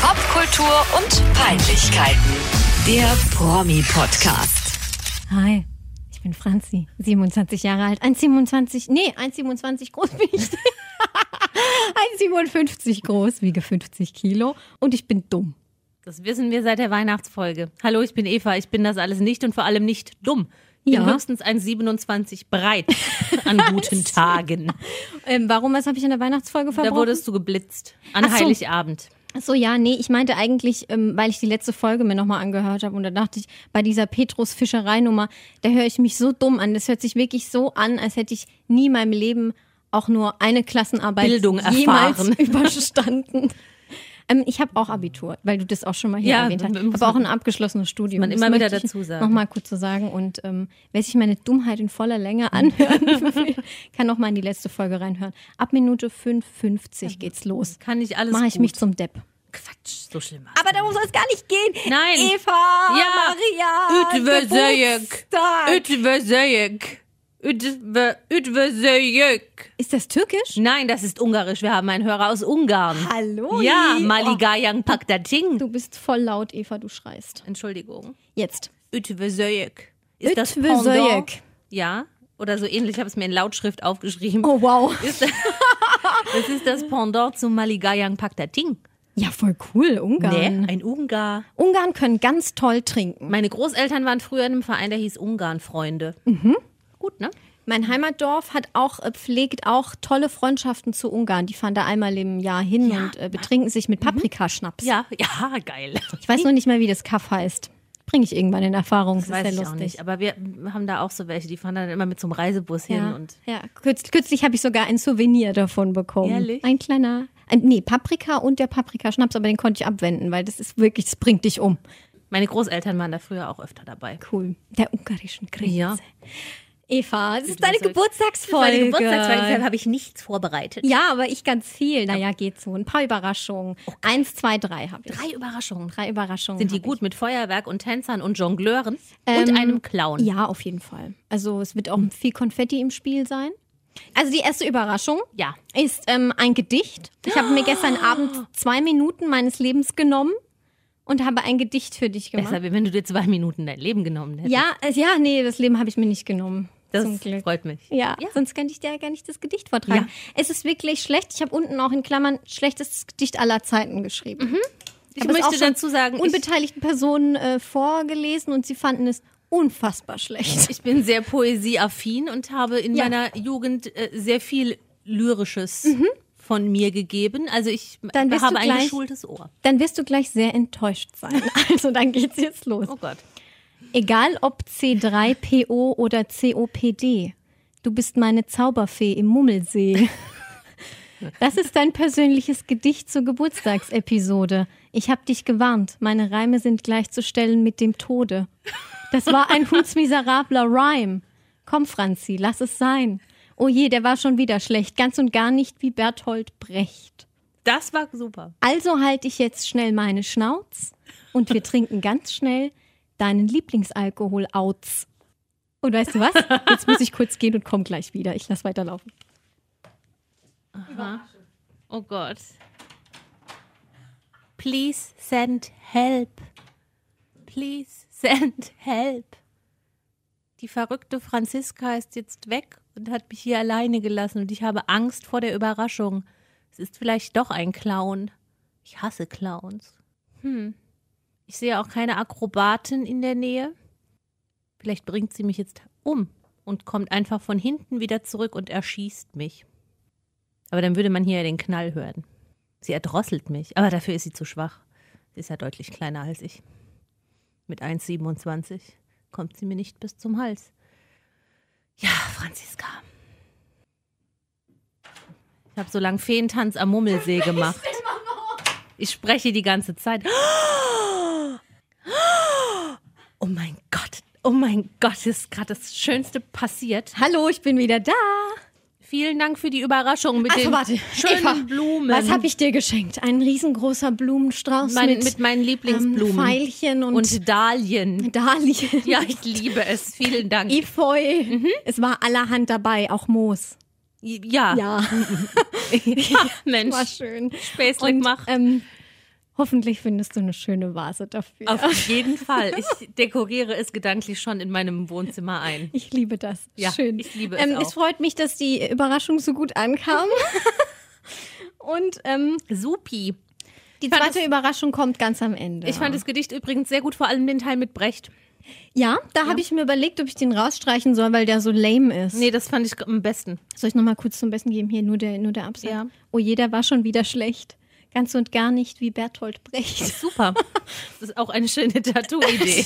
Popkultur und Peinlichkeiten. Der Promi-Podcast. Hi, ich bin Franzi, 27 Jahre alt. 1,27, nee, 1,27 groß bin ich. 1,57 groß, wiege 50 Kilo und ich bin dumm. Das wissen wir seit der Weihnachtsfolge. Hallo, ich bin Eva. Ich bin das alles nicht und vor allem nicht dumm. Ich Ja. bin höchstens 1,27 breit an guten Tagen. Ähm, warum, was habe ich in der Weihnachtsfolge verbrochen? Da wurdest du geblitzt. An Ach so. Heiligabend. Ach So, ja, nee, ich meinte eigentlich, ähm, weil ich die letzte Folge mir nochmal angehört habe und da dachte ich, bei dieser Petrus-Fischerei-Nummer, da höre ich mich so dumm an. Das hört sich wirklich so an, als hätte ich nie in meinem Leben auch nur eine Klassenarbeit Bildung jemals erfahren. überstanden. ähm, ich habe auch Abitur, weil du das auch schon mal hier Ja, erwähnt hast. muss Aber auch man- ein abgeschlossenes Studium. man Das immer wieder möchte ich dazu sagen. Nochmal kurz zu sagen. Und ähm, wer sich meine Dummheit in voller Länge anhören will, kann nochmal in die letzte Folge reinhören. Ab Minute 5,50 geht's los. Kann ich alles Mache ich gut. mich zum Depp. Quatsch, so schlimm. war's. Aber darum soll es gar nicht gehen. Nein. Eva, Ja. Maria, Ütversöjek. Geburtstag. Ütversöjek. Ütve- Ütversöjek. Ist das türkisch? Nein, das ist ungarisch. Wir haben einen Hörer aus Ungarn. Hallo. Ja, Maligayang Pakdating. Oh. Du bist voll laut, Eva, du schreist. Entschuldigung. Jetzt. Ütversöjek. Ist das Ütversöjek. Pendant? Ja, oder so ähnlich. Ich habe es mir in Lautschrift aufgeschrieben. Oh, wow. Ist das, das ist das Pendant zu Maligayang Pakdating. Ja, voll cool, Ungarn. Nee, ein Ungar. Ungarn können ganz toll trinken. Meine Großeltern waren früher in einem Verein, der hieß Ungarn-Freunde. Mhm. Gut, ne? Mein Heimatdorf hat auch, äh, pflegt auch tolle Freundschaften zu Ungarn. Die fahren da einmal im Jahr hin und äh, betrinken sich mit Paprikaschnaps. Mhm. Ja, ja, geil. Ich weiß nur nicht mehr, wie das Kaff heißt. Bringe ich irgendwann in Erfahrung. Das, Weiß ist ich sehr auch lustig. nicht. Aber wir haben da auch so welche, die fahren dann immer mit so einem Reisebus hin Ja, und ja. Kürz, kürzlich habe ich sogar ein Souvenir davon bekommen. Ehrlich? Ein kleiner, ein, nee, Paprika und der Paprikaschnaps, aber den konnte ich abwenden, weil das ist wirklich, das bringt dich um. meine Großeltern waren da früher auch öfter dabei. Cool. Der ungarischen Grenze. Ja. Eva, das ist deine Geburtstagsfolge. Meine Geburtstagsfeier, deshalb habe ich nichts vorbereitet. Ja, aber ich ganz viel. Naja, geht so. Ein paar Überraschungen. Eins, zwei, drei habe ich. Oh Drei Überraschungen. Drei Überraschungen. Sind die hab gut mit Feuerwerk und Tänzern und Jongleuren und einem Clown? Ich. Ja, auf jeden Fall. Also es wird auch Hm. viel Konfetti im Spiel sein. Also die erste Überraschung. Ja. ist ähm, ein Gedicht. Ich habe mir gestern Abend zwei Minuten meines Lebens genommen und habe ein Gedicht für dich gemacht. Besser, wie wenn du dir zwei Minuten dein Leben genommen hättest. ja, äh, ja, nee, das Leben habe ich mir nicht genommen. das zum Glück. freut mich. Ja, Ja. sonst könnte ich dir ja gar nicht das Gedicht vortragen. Es ist wirklich schlecht. Ich habe unten auch in Klammern schlechtes Gedicht aller Zeiten geschrieben. Mhm. Ich Aber es ist möchte auch schon dazu sagen, ich, Unbeteiligten Personen äh, vorgelesen und sie fanden es unfassbar schlecht. ich bin sehr poesieaffin und habe in Ja. meiner Jugend äh, sehr viel Lyrisches von mir gegeben. Also ich Mhm. Dann wirst habe du ein gleich- geschultes Ohr. Dann wirst du gleich sehr enttäuscht sein. Also dann geht's jetzt los. Oh Gott. Egal ob C3PO oder COPD, du bist meine Zauberfee im Mummelsee. Das ist dein persönliches Gedicht zur Geburtstagsepisode. Ich hab dich gewarnt, meine Reime sind gleichzustellen mit dem Tode. Das war ein hundsmiserabler Rhyme. Komm, Franzi, lass es sein. Oh je, der war schon wieder schlecht, ganz und gar nicht wie Berthold Brecht. Das war super. Also halte ich jetzt schnell meine Schnauz und wir trinken ganz schnell deinen Lieblingsalkohol aus. Und weißt du was? Jetzt muss ich kurz gehen und komm gleich wieder. Ich lass weiterlaufen. Oh Gott. Please send help. Please send help. Die verrückte Franziska ist jetzt weg und hat mich hier alleine gelassen und ich habe Angst vor der Überraschung. Es ist vielleicht doch ein Clown. Ich hasse Clowns. Hm. Ich sehe auch keine Akrobatin in der Nähe. Vielleicht bringt sie mich jetzt um und kommt einfach von hinten wieder zurück und erschießt mich. Aber dann würde man hier ja den Knall hören. Sie erdrosselt mich, aber dafür ist sie zu schwach. Sie ist ja deutlich kleiner als ich. Mit 1,27 kommt sie mir nicht bis zum Hals. Ja, Franziska. Ich habe so lange Feentanz am Mummelsee gemacht. Ich spreche die ganze Zeit. Oh mein Gott, oh mein Gott, das ist gerade das Schönste passiert. Hallo, ich bin wieder da. Vielen Dank für die Überraschung mit Also den warte, schönen Eva, Blumen. Was habe ich dir geschenkt? Ein riesengroßer Blumenstrauß mein, mit, mit, meinen Lieblingsblumen ähm, Veilchen und, und Dahlien. Dahlien. Ja, ich Mhm. liebe es. Vielen Dank. Efeu. Es war allerhand dabei, auch Moos. Ja, Ja, Ja, war Mensch, schön. Späßling Und macht. ähm, Hoffentlich findest du eine schöne Vase dafür. Auf jeden Fall. Ich dekoriere es gedanklich schon in meinem Wohnzimmer ein. Ich liebe das. Ja, Schön. ich liebe es ähm, auch. Es freut mich, dass die Überraschung so gut ankam. Und ähm, Supi. die fand zweite Überraschung kommt ganz am Ende. Ich fand das Gedicht übrigens sehr gut, vor allem den Teil mit Brecht. ja, da habe ich mir überlegt, ob ich den rausstreichen soll, weil der so lame ist. Nee, das fand ich am besten. Soll ich nochmal kurz zum Besten geben? Hier nur der, nur der Absatz. Ja. Oh, jeder war schon wieder schlecht. Ganz und gar nicht wie Bertolt Brecht. Super. Das ist auch eine schöne Tattoo-Idee.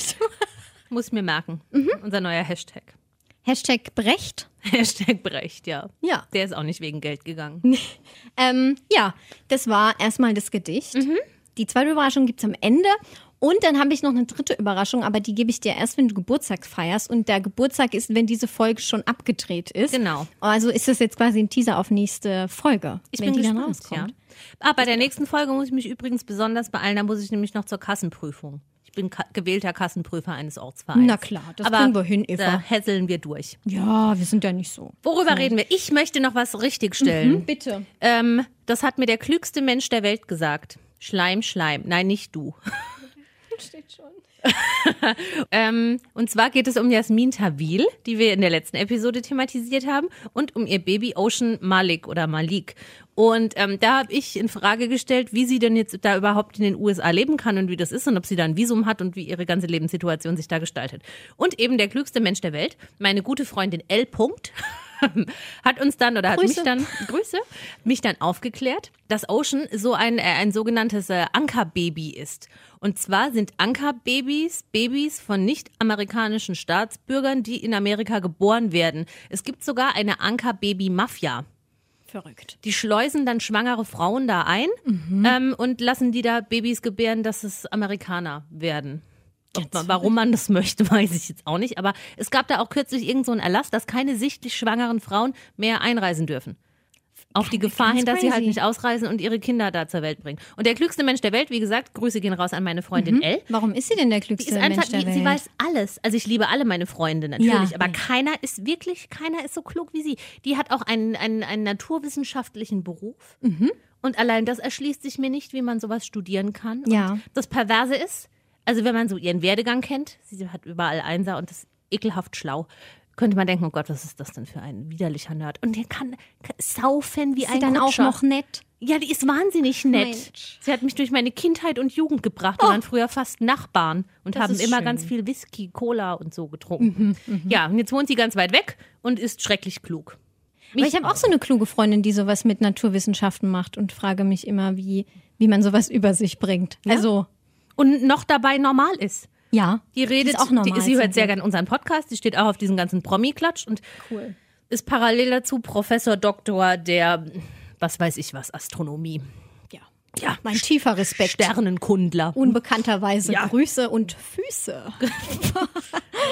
Muss ich mir merken. Unser neuer Hashtag. Hashtag Brecht. Hashtag Brecht, ja. Ja. Der ist auch nicht wegen Geld gegangen. Ähm, ja, das war erstmal das Gedicht. Mhm. Die zweite Überraschung gibt es am Ende. Und dann habe ich noch eine dritte Überraschung, aber die gebe ich dir erst, wenn du Geburtstag feierst. Und der Geburtstag ist, wenn diese Folge schon abgedreht ist. Genau. Also ist das jetzt quasi ein Teaser auf nächste Folge, Ich wenn die bin dann gespannt. Ja. rauskommt. Ah, bei der nächsten Folge muss ich mich übrigens besonders beeilen. Da muss ich nämlich noch zur Kassenprüfung. Ich bin ka gewählter Kassenprüfer eines Ortsvereins. Na klar, das Aber kriegen wir hin, Da Eva. hässeln wir durch. Ja, wir sind ja nicht so. Worüber reden wir? Ich möchte noch was richtigstellen. Bitte. Ähm, das hat mir der klügste Mensch der Welt gesagt. Schleim, Schleim. Nein, nicht du. Steht schon. Ähm, und zwar geht es um Jasmin Tawil, die wir in der letzten Episode thematisiert haben, und um ihr Baby Ocean Malik oder Malik. Und ähm, da habe ich in Frage gestellt, wie sie denn jetzt da überhaupt in den USA leben kann und wie das ist und ob sie da ein Visum hat und wie ihre ganze Lebenssituation sich da gestaltet. Und eben der klügste Mensch der Welt, meine gute Freundin L. Punkt, hat uns dann oder hat Grüße. mich dann Grüße mich dann aufgeklärt, dass Ocean so ein äh, ein sogenanntes äh, Ankerbaby ist. Und zwar sind Ankerbabys Babys von nicht amerikanischen Staatsbürgern, die in Amerika geboren werden. Es gibt sogar eine Ankerbaby Mafia. Verrückt. Die schleusen dann schwangere Frauen da ein Mhm. ähm, und lassen die da Babys gebären, dass es Amerikaner werden. Ob man, warum man das möchte, weiß ich jetzt auch nicht. Aber es gab da auch kürzlich irgendeinen so einen Erlass, dass keine sichtlich schwangeren Frauen mehr einreisen dürfen. Auf die Gefahr ganz hin, dass sie halt crazy. nicht ausreisen und ihre Kinder da zur Welt bringen. Und der klügste Mensch der Welt, wie gesagt, Grüße gehen raus an meine Mhm. Freundin Elle. Warum ist sie denn der Die klügste ist Mensch einfach, der die, Welt? sie weiß alles. Also ich liebe alle meine Freunde natürlich, Ja. aber keiner ist wirklich, keiner ist so klug wie sie. Die hat auch einen, einen, einen naturwissenschaftlichen Beruf. Mhm. Und allein das erschließt sich mir nicht, wie man sowas studieren kann. Ja. Und das Perverse ist, also wenn man so ihren Werdegang kennt, sie hat überall Einser und ist ekelhaft schlau. Könnte man denken, oh Gott, was ist das denn für ein widerlicher Nerd? Und der kann kann saufen wie ist ein sie dann auch Kutscher. noch nett? Ja, die ist wahnsinnig nett. Mensch. Oh. Sie hat mich durch meine Kindheit und Jugend gebracht. Wir waren früher fast Nachbarn und Das haben ist immer schön. Mhm, ganz viel Whisky, Cola und so getrunken. ja, und jetzt wohnt sie ganz weit weg und ist schrecklich klug. Aber ich habe auch so eine kluge Freundin, die sowas mit Naturwissenschaften macht und frage mich immer, wie, wie man sowas über sich bringt. Also, Und noch dabei normal ist. ja. Die redet, ist auch normal. die, sie hört zum sehr Glück. gern unseren Podcast. Die steht auch auf diesem ganzen Promi-Klatsch und Cool. ist parallel dazu Professor Doktor der, was weiß ich was, Astronomie. Ja. Ja, Mein tiefer Respekt. Sternenkundler. Unbekannterweise Ja. Grüße und Füße.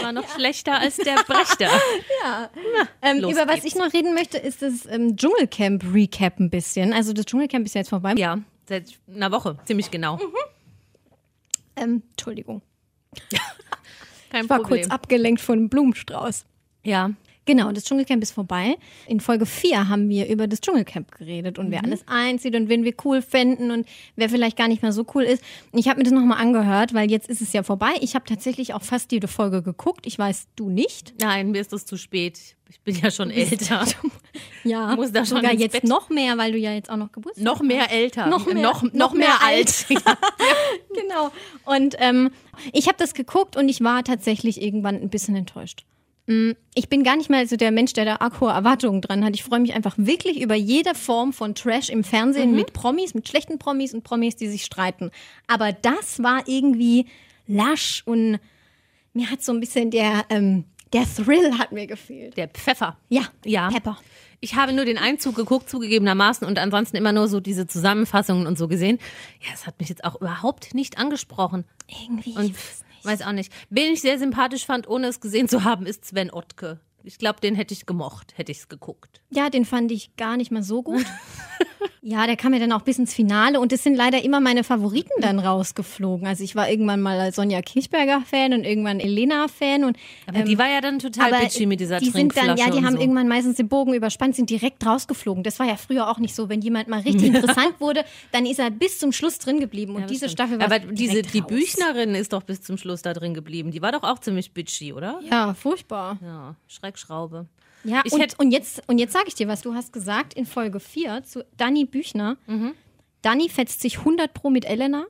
War noch schlechter als der Brechter. Ähm, Los über was geht's. ich noch reden möchte, ist das ähm, Dschungelcamp-Recap ein bisschen. Also das Dschungelcamp ist ja jetzt vorbei. ja, seit einer Woche, ziemlich genau. Mhm. Ähm, Entschuldigung. Kein Ich war Problem. kurz abgelenkt von einem Blumenstrauß. Ja, Genau, das Dschungelcamp ist vorbei. In Folge 4 haben wir über das Dschungelcamp geredet und wer Mhm. alles einzieht und wen wir cool finden und wer vielleicht gar nicht mehr so cool ist. Ich habe mir das nochmal angehört, weil jetzt ist es ja vorbei. Ich habe tatsächlich auch fast jede Folge geguckt. Ich weiß, du nicht. nein, mir ist das zu spät. Ich bin ja schon älter. Ja, Muss da schon sogar ins jetzt Bett. noch mehr, weil du ja jetzt auch noch Geburtstag Noch mehr älter. Noch mehr- noch, noch, noch mehr, mehr alt. Genau. Und ähm, ich habe das geguckt und ich war tatsächlich irgendwann ein bisschen enttäuscht. Mm, Ich bin gar nicht mehr so der Mensch, der da arg hohe Erwartungen dran hat. Ich freue mich einfach wirklich über jede Form von Trash im Fernsehen Mhm. mit Promis, mit schlechten Promis und Promis, die sich streiten. Aber das war irgendwie lasch und mir hat so ein bisschen der, ähm, der Thrill hat mir gefehlt. Der Pfeffer. Ja, Ja. Pepper. Ich habe nur den Einzug geguckt, zugegebenermaßen, und ansonsten immer nur so diese Zusammenfassungen und so gesehen. Ja, es hat mich jetzt auch überhaupt nicht angesprochen. Irgendwie. Und weiß auch nicht. Wen ich sehr sympathisch fand, ohne es gesehen zu haben, ist Sven Ottke. Ich glaube, den hätte ich gemocht, hätte ich es geguckt. Ja, den fand ich gar nicht mal so gut. ja, der kam ja dann auch bis ins Finale und es sind leider immer meine Favoriten dann rausgeflogen. Also ich war irgendwann mal Sonja Kirchberger-Fan und irgendwann Elena-Fan und Aber die war ja dann total bitchy mit dieser die sind Trinkflasche dann, ja, die und haben so. irgendwann meistens den Bogen überspannt, sind direkt rausgeflogen. Das war ja früher auch nicht so. Wenn jemand mal richtig interessant wurde, dann ist er bis zum Schluss drin geblieben. Und Ja, das diese stimmt. Staffel war Aber diese direkt die raus. Büchnerin ist doch bis zum Schluss da drin geblieben. Die war doch auch ziemlich bitchy, oder? Ja, furchtbar. Ja, Schreckschraube. Ja, Ich und, hätt- und jetzt, und jetzt sage ich dir was. Du hast gesagt in Folge 4 zu Dani Büchner, Mhm. Dani fetzt sich 100 pro mit Elena,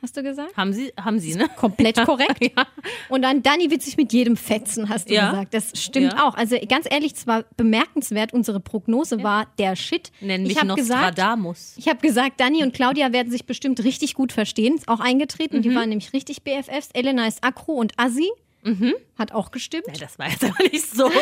hast du gesagt? Haben sie, haben sie, ne? Komplett korrekt. Mhm. Ja. Und dann Dani wird sich mit jedem fetzen, hast du Ja. gesagt. Das stimmt Ja. auch. Also ganz ehrlich, es war bemerkenswert, unsere Prognose war der Shit. Nennen ich mich hab noch gesagt, Stradamus. Ich habe gesagt, Dani und Claudia werden sich bestimmt richtig gut verstehen. Ist auch eingetreten. Mhm. Die waren nämlich richtig BFFs. Elena ist Akro und Assi. Mhm. Hat auch gestimmt. Ja, das war jetzt aber nicht so die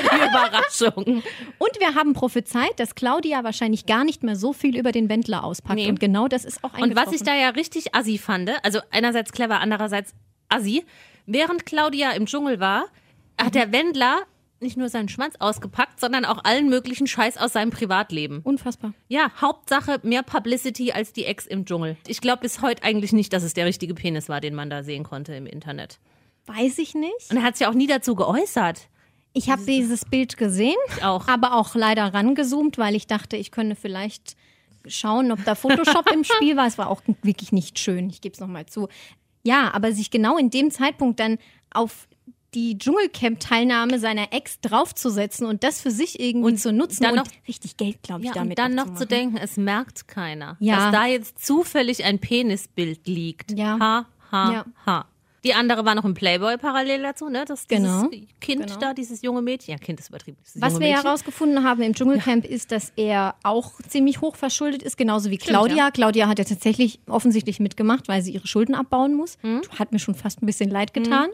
Überraschung. Und wir haben prophezeit, dass Claudia wahrscheinlich gar nicht mehr so viel über den Wendler auspackt. Nee. Und genau das ist auch Und eingetroffen. was ich da ja richtig assi fand, also einerseits clever, andererseits assi, während Claudia im Dschungel war, Mhm. hat der Wendler nicht nur seinen Schwanz ausgepackt, sondern auch allen möglichen Scheiß aus seinem Privatleben. Unfassbar. Ja, Hauptsache mehr Publicity als die Ex im Dschungel. Ich glaube bis heute eigentlich nicht, dass es der richtige Penis war, den man da sehen konnte im Internet. Weiß ich nicht. Und er hat sich auch nie dazu geäußert. Ich habe dieses Bild gesehen, Ich auch. aber auch leider rangezoomt, weil ich dachte, ich könne vielleicht schauen, ob da Photoshop im Spiel war. Es war auch wirklich nicht schön, ich gebe es nochmal zu. Ja, aber sich genau in dem Zeitpunkt dann auf die Dschungelcamp-Teilnahme seiner Ex draufzusetzen und das für sich irgendwie zu nutzen dann und noch- richtig Geld, glaube ich, Ja, damit und dann noch auch zu machen. denken, es merkt keiner, Ja. dass da jetzt zufällig ein Penisbild liegt. Ja. Ha, ha, Ja. ha. Die andere war noch im Playboy parallel dazu, ne? Das dieses Genau. Kind Genau. da, dieses junge Mädchen. Ja, Kind ist übertrieben. Dieses Was junge wir ja Mädchen. herausgefunden haben im Dschungelcamp ist, dass er auch ziemlich hoch verschuldet ist, genauso wie Claudia. ja. Claudia hat ja tatsächlich offensichtlich mitgemacht, weil sie ihre Schulden abbauen muss. Hat mir schon fast ein bisschen leid getan,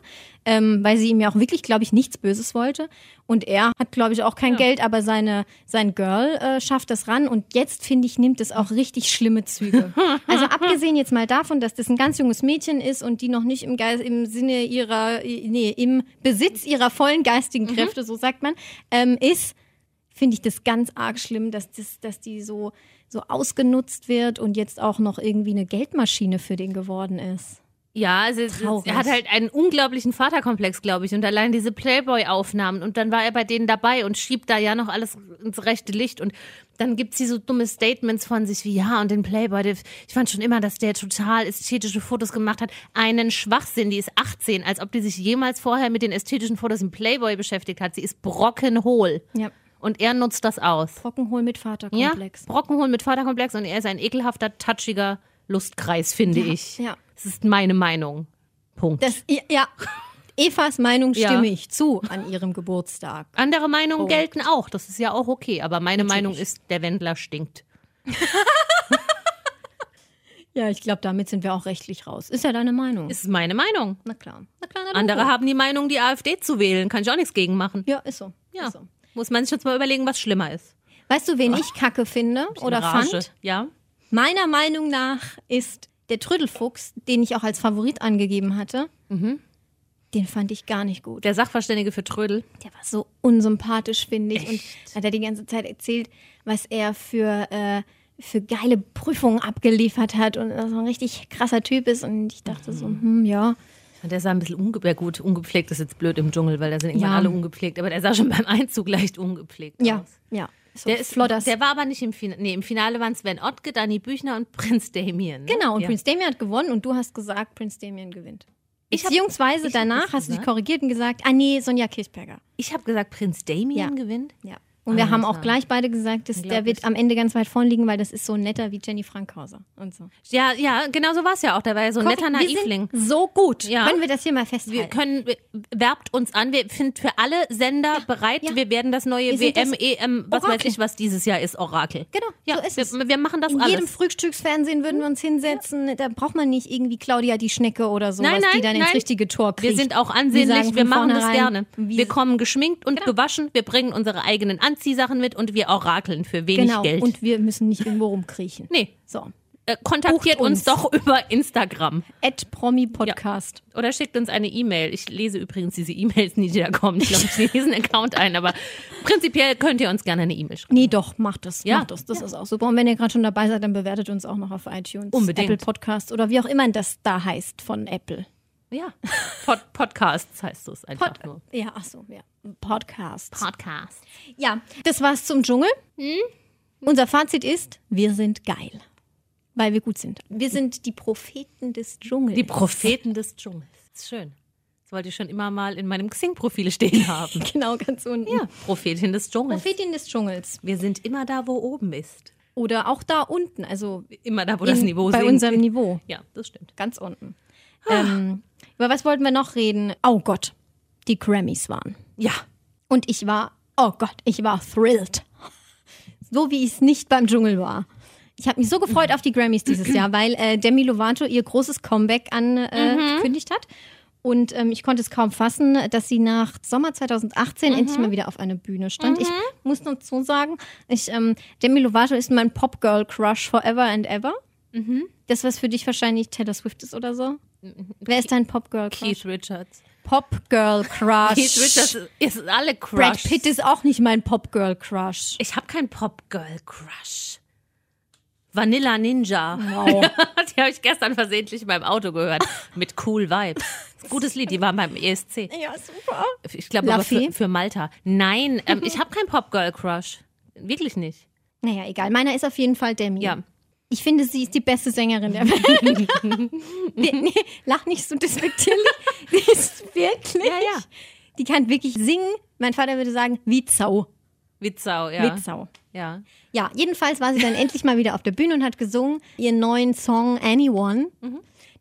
ähm, weil sie ihm ja auch wirklich, glaube ich, nichts Böses wollte. Und er hat, glaube ich, auch kein Geld, aber seine, sein Girl äh, schafft das ran. Und jetzt, finde ich, nimmt es auch richtig schlimme Züge. also abgesehen jetzt mal davon, dass das ein ganz junges Mädchen ist und die noch nicht im, Geist, im Sinne ihrer, nee, im Besitz ihrer vollen geistigen Kräfte, so sagt man, ähm, ist, finde ich das ganz arg schlimm, dass, das, dass die so, so ausgenutzt wird und jetzt auch noch irgendwie eine Geldmaschine für den geworden ist. Ja, also es- Traurig. er hat halt einen unglaublichen Vaterkomplex, glaube ich. Und allein diese Playboy-Aufnahmen. Und dann war er bei denen dabei und schiebt da ja noch alles ins rechte Licht. Und dann gibt sie so dumme Statements von sich wie, ja, und den Playboy, der, ich fand schon immer, dass der total ästhetische Fotos gemacht hat. Einen Schwachsinn, die ist 18, als ob die sich jemals vorher mit den ästhetischen Fotos im Playboy beschäftigt hat. Sie ist brockenhohl. Ja. Und er nutzt das aus. Trockenhol mit Vaterkomplex. Ja, brockenhohl mit Vaterkomplex. Und er ist ein ekelhafter, touchiger Lustkreis, finde ich. ja. Das ist meine Meinung. Punkt. Das, ja, ja. Evas Meinung Ja. stimme ich zu an ihrem Geburtstag. Andere Meinungen gelten auch, das ist ja auch okay, aber meine Meinung ist, der Wendler stinkt. Ja, ich glaube, damit sind wir auch rechtlich raus. Ist ja deine Meinung. Ist meine Meinung. na klar. Na klar, na logo. Andere haben die Meinung, die AfD zu wählen, kann ich auch nichts gegen machen. Ja, ist so. Ja. Ist so. Muss man sich jetzt mal überlegen, was schlimmer ist. Weißt du, wen ich kacke finde oder Rage. fand? Ja. Meiner Meinung nach ist der Trödelfuchs, den ich auch als Favorit angegeben hatte, Mhm. den fand ich gar nicht gut. Der Sachverständige für Trödel. Der war so unsympathisch, finde ich. Und hat er die ganze Zeit erzählt, was er für, äh, für geile Prüfungen abgeliefert hat und dass er ein richtig krasser Typ ist. Und ich dachte so, Mhm. hm, ja. Und der sah ein bisschen ungepflegt, ja gut, ungepflegt ist jetzt blöd im Dschungel, weil da sind irgendwann Ja. alle ungepflegt, aber der sah schon beim Einzug leicht ungepflegt Ja, aus. ja. So Der, ist, Flodders. der war aber nicht im Finale. Nee, im Finale waren Sven Ottke, Dani Büchner und Prinz Damien. Ne? Genau, und ja. Prince Damien hat gewonnen und du hast gesagt, Prince Damien gewinnt. Ich hab- Beziehungsweise ich hab danach das hast du dich gesagt. korrigiert und gesagt, ah nee, Sonja Kirchberger. Ich habe gesagt, Prinz Damien Ja. gewinnt. Ja. Und wir Alles haben auch klar. gleich beide gesagt, dass der Unglaublich. wird am Ende ganz weit vorn liegen, weil das ist so ein netter wie Jenny Frankhauser und so. Ja, ja, genau so war es ja auch. Da war ja so ein netter Komm, Naivling. Wir sind so gut. Ja. Können wir das hier mal Wir festhalten? können, wir- werbt uns an. Wir sind für alle Sender bereit. ja. Wir werden das neue Wir sind WM, das EM, was Orakel. weiß ich, was dieses Jahr ist, Orakel. Genau, Ja, so ist es. wir, wir machen das In alles. jedem Frühstücksfernsehen würden wir uns hinsetzen. Da braucht man nicht irgendwie Claudia die Schnecke oder sowas, Nein, die nein, dann nein. ins richtige Tor kriegt. wir sind auch Wir sagen ansehnlich, von wir machen das vornherein, Genau. gerne. wie- Wir kommen geschminkt und gewaschen, wir bringen unsere eigenen Anziehsachen mit und wir orakeln für wenig genau. Geld. Und wir müssen nicht irgendwo rumkriechen. nee, So. äh, kontaktiert Bucht uns. uns. doch über Instagram At Promi Podcast. oder schickt uns eine E-Mail. Ich lese übrigens diese E-Mails nie, die da kommen. Ich glaube, ich lese diesen Account ein, aber prinzipiell könnt ihr uns gerne eine E-Mail schreiben. Nee, doch, macht das. Ja. Macht das. Das ist auch super. Und wenn ihr gerade schon dabei seid, dann bewertet uns auch noch auf iTunes, Unbedingt. Apple Podcast oder wie auch immer das da heißt von Apple. Ja. Pod Podcasts heißt es einfach Pod nur. ja, ach so, ja. Podcast. Podcast. ja, das war's zum Dschungel. Unser Fazit ist, wir sind geil. Weil wir gut sind. Wir sind die Propheten des Dschungels. Die Propheten des Dschungels. Ist schön. Das wollte ich schon immer mal in meinem Xing-Profil stehen haben. genau, ganz unten. Ja, Prophetin des Dschungels. Prophetin des Dschungels. Wir sind immer da, wo oben ist. Oder auch da unten, also Immer da, wo das in- Niveau bei sinkt. unserem Niveau. Ja, das stimmt. Ganz unten. ähm, über was wollten wir noch reden? Oh Gott, die Grammys waren. Ja. Und ich war, oh Gott, ich war thrilled. So wie ich es nicht beim Dschungel war. Ich habe mich so gefreut auf die Grammys dieses Jahr, weil äh, Demi Lovato ihr großes Comeback angekündigt hat. Und ähm, ich konnte es kaum fassen, dass sie nach Sommer 2018 endlich mal wieder auf einer Bühne stand. Ich muss nur zu sagen, ich, ähm, Demi Lovato ist mein Popgirl-Crush forever and ever. Das, was für dich wahrscheinlich Taylor Swift ist oder so. Wer ist dein Popgirl-Crush? Keith Richards. Popgirl-Crush. Keith Richards ist alle Crush. Brad Pitt ist auch nicht mein Popgirl-Crush. Ich habe keinen Popgirl-Crush. Vanilla Ninja. Wow. Die habe ich gestern versehentlich beim Auto gehört. Mit Cool Vibes. Gutes Lied, die waren beim ESC. ja, super. Ich glaube aber Laffy? für, für Malta. Nein, ähm, ich habe keinen Popgirl-Crush. Wirklich nicht. Naja, egal. Meiner ist auf jeden Fall Demi. Ja. Ich finde, sie ist die beste Sängerin der Welt. nee, nee, lach nicht so despektierlich. sie ist wirklich. Ja, ja. Die kann wirklich singen. Mein Vater würde sagen, wie Zau. Witzau, ja. Wie Zau. ja. Ja, jedenfalls war sie dann endlich mal wieder auf der Bühne und hat gesungen ihren neuen Song Anyone.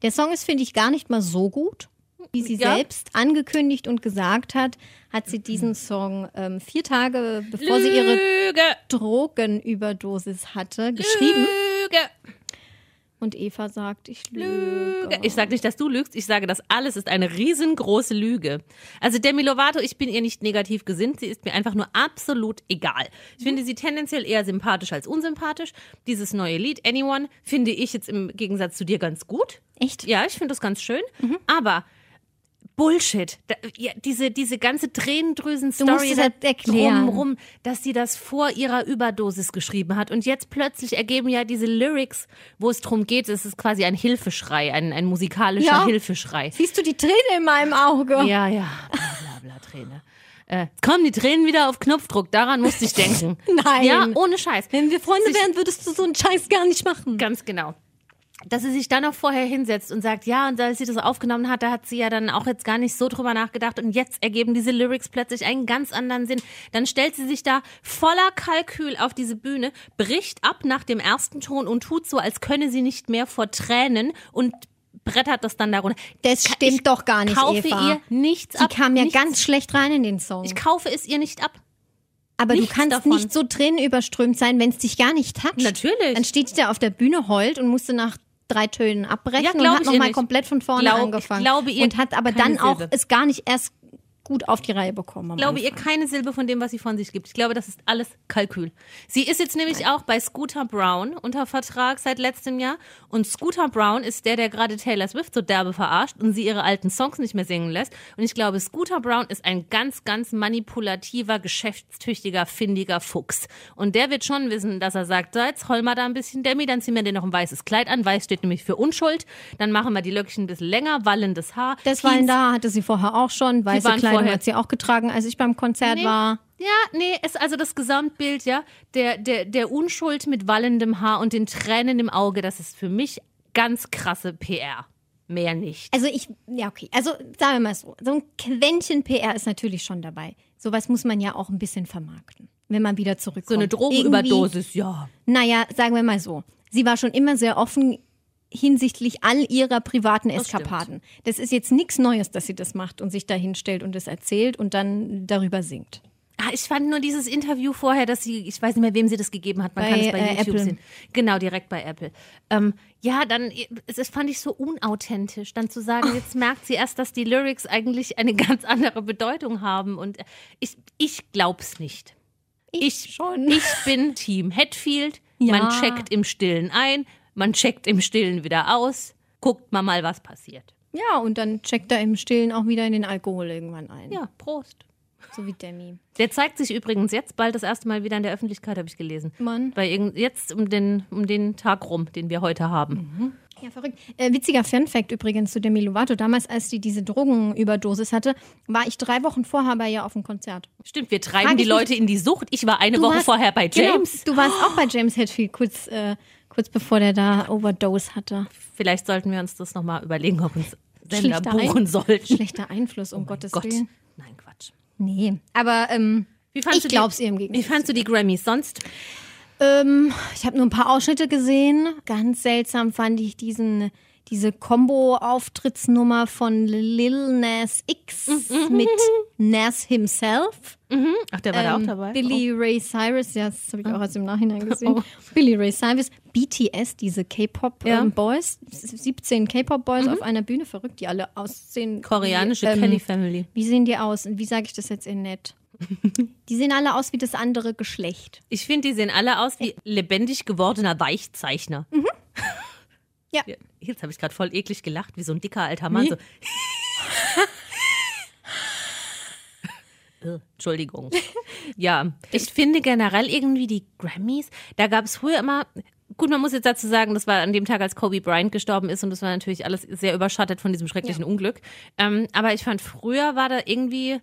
Der Song ist, finde ich, gar nicht mal so gut. Wie sie Ja. selbst angekündigt und gesagt hat, hat sie diesen Song ähm, vier Tage bevor sie ihre Lüge. Drogenüberdosis hatte, geschrieben. Lüge. Und Eva sagt, ich Lüge. lüge. Ich sage nicht, dass du lügst, ich sage, das alles ist eine riesengroße Lüge. Also Demi Lovato, ich bin ihr nicht negativ gesinnt, sie ist mir einfach nur absolut egal. Ich finde sie tendenziell eher sympathisch als unsympathisch. Dieses neue Lied Anyone finde ich jetzt im Gegensatz zu dir ganz gut. Echt? Mhm. Ja, ich finde das ganz schön, aber Bullshit. Da, ja, diese, diese ganze Du musst Tränendrüsen-Story es halt erklären. drumrum, dass sie das vor ihrer Überdosis geschrieben hat. Und jetzt plötzlich ergeben ja diese Lyrics, wo es drum geht, es ist quasi ein Hilfeschrei, ein, ein musikalischer Ja. Hilfeschrei. Siehst du die Träne in meinem Auge? Ja, ja, bla bla bla, Träne. Äh, jetzt kommen die Tränen wieder auf Knopfdruck, daran musste ich denken. Nein. Ja, ohne Scheiß. Wenn wir Freunde Sich- wären, würdest du so einen Scheiß gar nicht machen. Ganz genau. Dass sie sich dann noch vorher hinsetzt und sagt, ja, und als sie das aufgenommen hat, da hat sie ja dann auch jetzt gar nicht so drüber nachgedacht und jetzt ergeben diese Lyrics plötzlich einen ganz anderen Sinn. Dann stellt sie sich da voller Kalkül auf diese Bühne, bricht ab nach dem ersten Ton und tut so, als könne sie nicht mehr vor Tränen und brettert das dann darunter. Das stimmt doch gar nicht, kaufe Eva. ihr nichts Sie ab. kam ja nichts. ganz schlecht rein in den Song. Ich kaufe es ihr nicht ab. Aber du nichts kannst davon. nicht so tränenüberströmt sein, wenn es dich gar nicht toucht. Natürlich. Dann steht sie da auf der Bühne, heult und musste nach drei Tönen abbrechen Ja, und glaub hat ich ihr nochmal nicht. komplett von vorne Glaub- ich angefangen. glaube ihr und hat aber keine dann auch Silbe. es gar nicht erst gut auf die Reihe bekommen. am Ich glaube ihr Anfang. keine Silbe von dem, was sie von sich gibt. Ich glaube, das ist alles Kalkül. Sie ist jetzt nämlich auch bei Scooter Brown unter Vertrag seit letztem Jahr. Und Scooter Brown ist der, der gerade Taylor Swift so derbe verarscht und sie ihre alten Songs nicht mehr singen lässt. Und ich glaube, Scooter Brown ist ein ganz, ganz manipulativer, geschäftstüchtiger, findiger Fuchs. Und der wird schon wissen, dass er sagt, so, jetzt hol mal da ein bisschen Demi, dann ziehen wir dir noch ein weißes Kleid an. Weiß steht nämlich für Unschuld. Dann machen wir die Löckchen ein bisschen länger, wallendes Haar. Das Wein Jeans- da hatte sie vorher auch schon. Weiße waren Kleidung vorher- hat sie auch getragen, als ich beim Konzert war. Ja, nee, ist also das Gesamtbild, ja. Der, der, der Unschuld mit wallendem Haar und den Tränen im Auge, das ist für mich ganz krasse PR. Mehr nicht. Also ich, ja okay, also sagen wir mal so, so ein Quäntchen PR ist natürlich schon dabei. Sowas muss man ja auch ein bisschen vermarkten, wenn man wieder zurückkommt. So eine Irgendwie- Drogenüberdosis, ja. Naja, sagen wir mal so. Sie war schon immer sehr offen hinsichtlich all ihrer privaten stimmt. Eskapaden. Das ist jetzt nichts Neues, dass sie das macht und sich da hinstellt und das erzählt und dann darüber singt. Ah, ich fand nur dieses Interview vorher, dass sie, ich weiß nicht mehr, wem sie das gegeben hat. Man Bei, kann es bei äh, YouTube Apple. sehen. Genau, direkt bei Apple. Ähm, ja, dann, es- das fand ich so unauthentisch, dann zu sagen, jetzt merkt sie erst, dass die Lyrics eigentlich eine ganz andere Bedeutung haben. Und ich, ich glaub's nicht. Ich schon. Ich bin Team Hetfield. Ja. Man checkt im Stillen ein. Man checkt im Stillen wieder aus, guckt mal mal, was passiert. Ja, und dann checkt er im Stillen auch wieder in den Alkohol irgendwann ein. Ja, Prost. So wie Demi. Der zeigt sich übrigens jetzt bald das erste Mal wieder in der Öffentlichkeit, habe ich gelesen. Mann. Bei irgend, jetzt um den, um den Tag rum, den wir heute Mhm. haben. Ja, verrückt. Äh, witziger Fun-Fact übrigens zu Demi Lovato. Damals, als die diese Drogenüberdosis hatte, war ich drei Wochen vorher bei ihr auf dem Konzert. Stimmt, wir treiben Frag die ich Leute in die Sucht. Ich war eine Woche warst- vorher bei James. Genau, du warst auch bei James Hetfield kurz, äh, kurz bevor der da Overdose hatte. Vielleicht sollten wir uns das nochmal überlegen, ob uns Sender Schlichter ein- buchen sollten. Schlechter Einfluss, um Gottes Oh Gott. Willen. Nein, Quatsch. Nee. Aber ähm, Wie ich du die- glaub's ihr im Wie Gegenteil. fandst du die Grammys sonst? Ähm, ich habe nur ein paar Ausschnitte gesehen. Ganz seltsam fand ich diesen, diese Combo-Auftrittsnummer von Lil Nas X mit Nas himself. Ach, der Mhm. war da auch Ähm, dabei. Oh. Ah. Billy Ray Cyrus, ja, das habe ich auch erst im Nachhinein gesehen. Billy Ray Cyrus, BTS, diese ähm, Ja. Mhm. K-Pop-Boys, 17 K-Pop-Boys auf einer Bühne, verrückt, die alle aussehen. wie, Koreanische ähm, Kelly Family. Wie sehen die aus? Und wie sage ich das jetzt in nett? die sehen alle aus wie das andere Geschlecht. Ich finde, die sehen alle aus wie lebendig gewordener Weichzeichner. Ja. Ja, Jetzt habe ich gerade voll eklig gelacht, wie so ein dicker alter Mann. Wie? So. Äh, Entschuldigung. Ja, ich finde generell irgendwie die Grammys, da gab es früher immer. Gut, man muss jetzt dazu sagen, das war an dem Tag, als Kobe Bryant gestorben ist und das war natürlich alles sehr überschattet von diesem schrecklichen Unglück. Ähm, aber ich fand, früher war da irgendwie,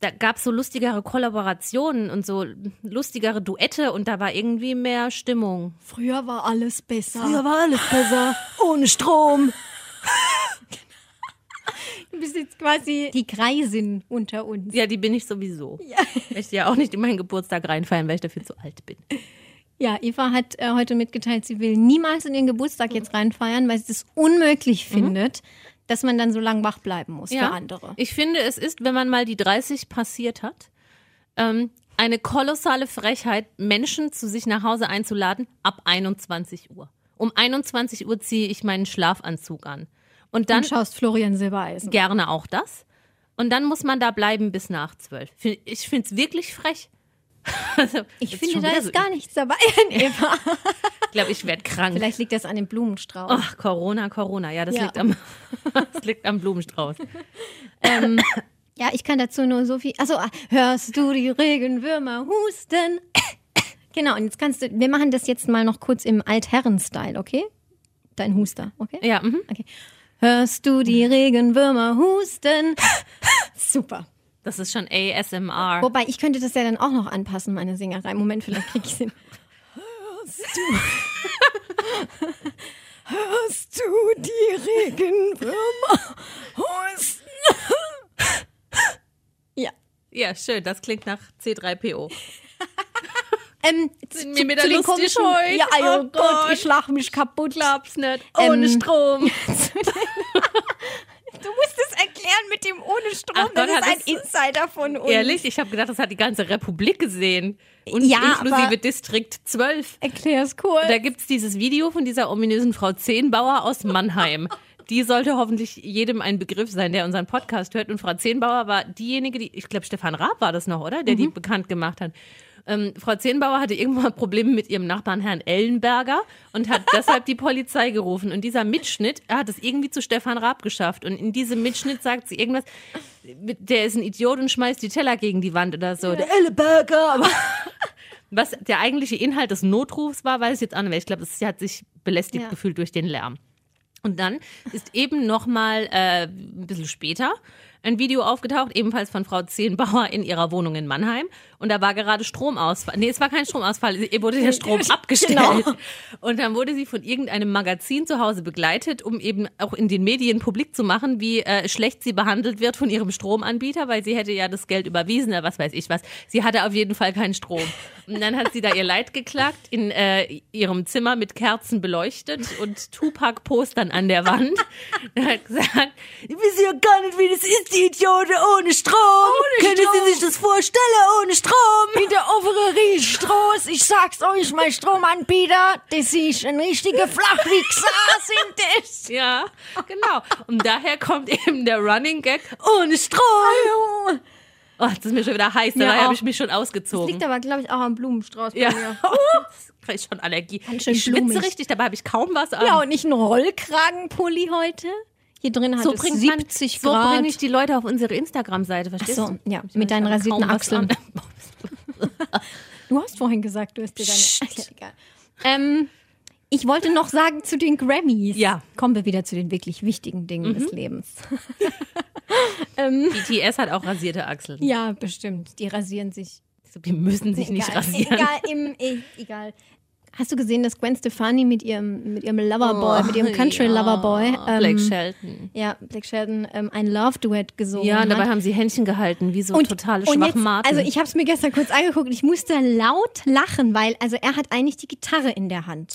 da gab es so lustigere Kollaborationen und so lustigere Duette und da war irgendwie mehr Stimmung. Früher war alles besser. war alles besser. ohne Strom. Du bist jetzt quasi die Greisin unter uns. Ja, die bin ich sowieso. Ich möchte ja auch nicht in meinen Geburtstag reinfeiern, weil ich dafür zu alt bin. Ja, Eva hat äh, heute mitgeteilt, sie will niemals in ihren Geburtstag jetzt reinfeiern, weil sie es unmöglich Mhm. findet, dass man dann so lange wach bleiben muss für andere. Ich finde, es ist, wenn man mal die 30 passiert hat, ähm, eine kolossale Frechheit, Menschen zu sich nach Hause einzuladen ab 21 Uhr. Um 21 Uhr ziehe ich meinen Schlafanzug an. Und dann Dann schaust Florian Silbereisen. gerne auch das. Und dann muss man da bleiben bis nach 12. Fin- Ich finde es wirklich frech. Also, Ich jetzt finde, schon da wieder ist so- gar nichts dabei an Eva. Ich glaube, ich werde krank. Vielleicht liegt das an dem Blumenstrauß. Ach, Corona, Corona. Ja, das, Ja. Liegt, am, das liegt am Blumenstrauß. Ja, ich kann dazu nur so viel. Also hörst du die Regenwürmer husten? genau, und jetzt kannst du. Wir machen das jetzt mal noch kurz im Altherren-Style, okay? Dein Huster, okay? Ja, mhm. Hörst du die Regenwürmer husten? Super. das ist schon ASMR. Wobei, ich könnte das ja dann auch noch anpassen, meine Singerei. Moment, vielleicht krieg ich hin. Hörst du? Hörst du die Regenwürmer husten? ja. Ja, schön. Das klingt nach C3PO. Ähm, Sind zu- mir wieder zu den lustig komischen- heute? Ja, ey, oh, Oh Gott, Gott. ich lach mich kaputt. Glaub's nicht. Ohne Ähm, Strom. Du musst es erklären mit dem ohne Strom. Ach Gott, hat das- Insider von uns. Ehrlich, ich habe gedacht, das hat die ganze Republik gesehen. Und Ja, inklusive aber- Distrikt 12. Erklär's cool. Da gibt's dieses Video von dieser ominösen Frau Zehnbauer aus Mannheim. Die sollte hoffentlich jedem ein Begriff sein, der unseren Podcast hört. Und Frau Zehnbauer war diejenige, die, ich glaube, Stefan Raab war das noch, oder? Der die bekannt gemacht hat. Ähm, Frau Zehnbauer hatte irgendwann Probleme mit ihrem Nachbarn Herrn Ellenberger und hat deshalb die Polizei gerufen. Und dieser Mitschnitt er hat es irgendwie zu Stefan Raab geschafft. Und in diesem Mitschnitt sagt sie irgendwas, mit- der ist ein Idiot und schmeißt die Teller gegen die Wand oder so. Der Ellenberger, aber was der eigentliche Inhalt des Notrufs war, weiß ich jetzt auch nicht mehr. Ich glaube, es- sie hat sich belästigt Ja. gefühlt durch den Lärm. Und dann ist eben nochmal äh, ein bisschen später ein Video aufgetaucht, ebenfalls von Frau Zehnbauer in ihrer Wohnung in Mannheim. Und da war gerade Stromausfall. Nee, es war kein Stromausfall, ihr wurde der Strom abgestellt. Genau. Und dann wurde sie von irgendeinem Magazin zu Hause begleitet, um eben auch in den Medien publik zu machen, wie äh, schlecht sie behandelt wird von ihrem Stromanbieter, weil sie hätte ja das Geld überwiesen oder was weiß ich was. Sie hatte auf jeden Fall keinen Strom. Und dann hat sie da ihr Leid geklagt, in äh, ihrem Zimmer mit Kerzen beleuchtet und Tupac-Postern an der Wand. Und hat gesagt, ich weiß ja gar nicht, wie das ist, die Idiote ohne Strom. Können Sie sich das vorstellen, ohne Strom? Wie der offere Riechstroß, ich sag's euch, mein Stromanbieter, das ist ein richtiger Flachwichser, sind das. Ja, genau. Und daher kommt eben der Running Gag ohne Strom. Oh, das ist mir schon wieder heiß, Mir dabei auch. habe ich mich schon Liegt ausgezogen. aber, glaube ich, auch am Blumenstrauß bei Ja. mir. kriege ich schon Allergie. Ganz schön ich schwitze blumig. richtig, dabei habe ich kaum was an. Ja, und nicht ein Rollkragenpulli heute. Hier drin hat so es bringt 70 man, So Grad. bringe ich die Leute auf unsere Instagram-Seite, verstehst Ach so, du? ja, Ich mit hab deinen kaum rasierten was Achseln. an. du hast vorhin gesagt, du hast dir deine... Psst. Ach, ja, egal. Ähm, ich wollte noch sagen zu den Grammys. Ja. Kommen wir wieder zu den wirklich wichtigen Dingen des Lebens. ähm, BTS hat auch rasierte Achseln. ja, bestimmt. Die rasieren sich Die müssen sich nicht egal, rasieren. Egal, im, e- egal. Hast du gesehen, dass Gwen Stefani mit ihrem, mit ihrem Loverboy, mit ihrem Country Loverboy, ähm, Blake Shelton. ja, Blake Sheldon, ähm, ein Love-Duett gesungen Ja, und dabei hat? haben sie Händchen gehalten, wie so totale und jetzt, Schwachmaten. also ich habe es mir gestern kurz angeguckt, ich musste laut lachen, weil also er hat eigentlich die Gitarre in der Hand.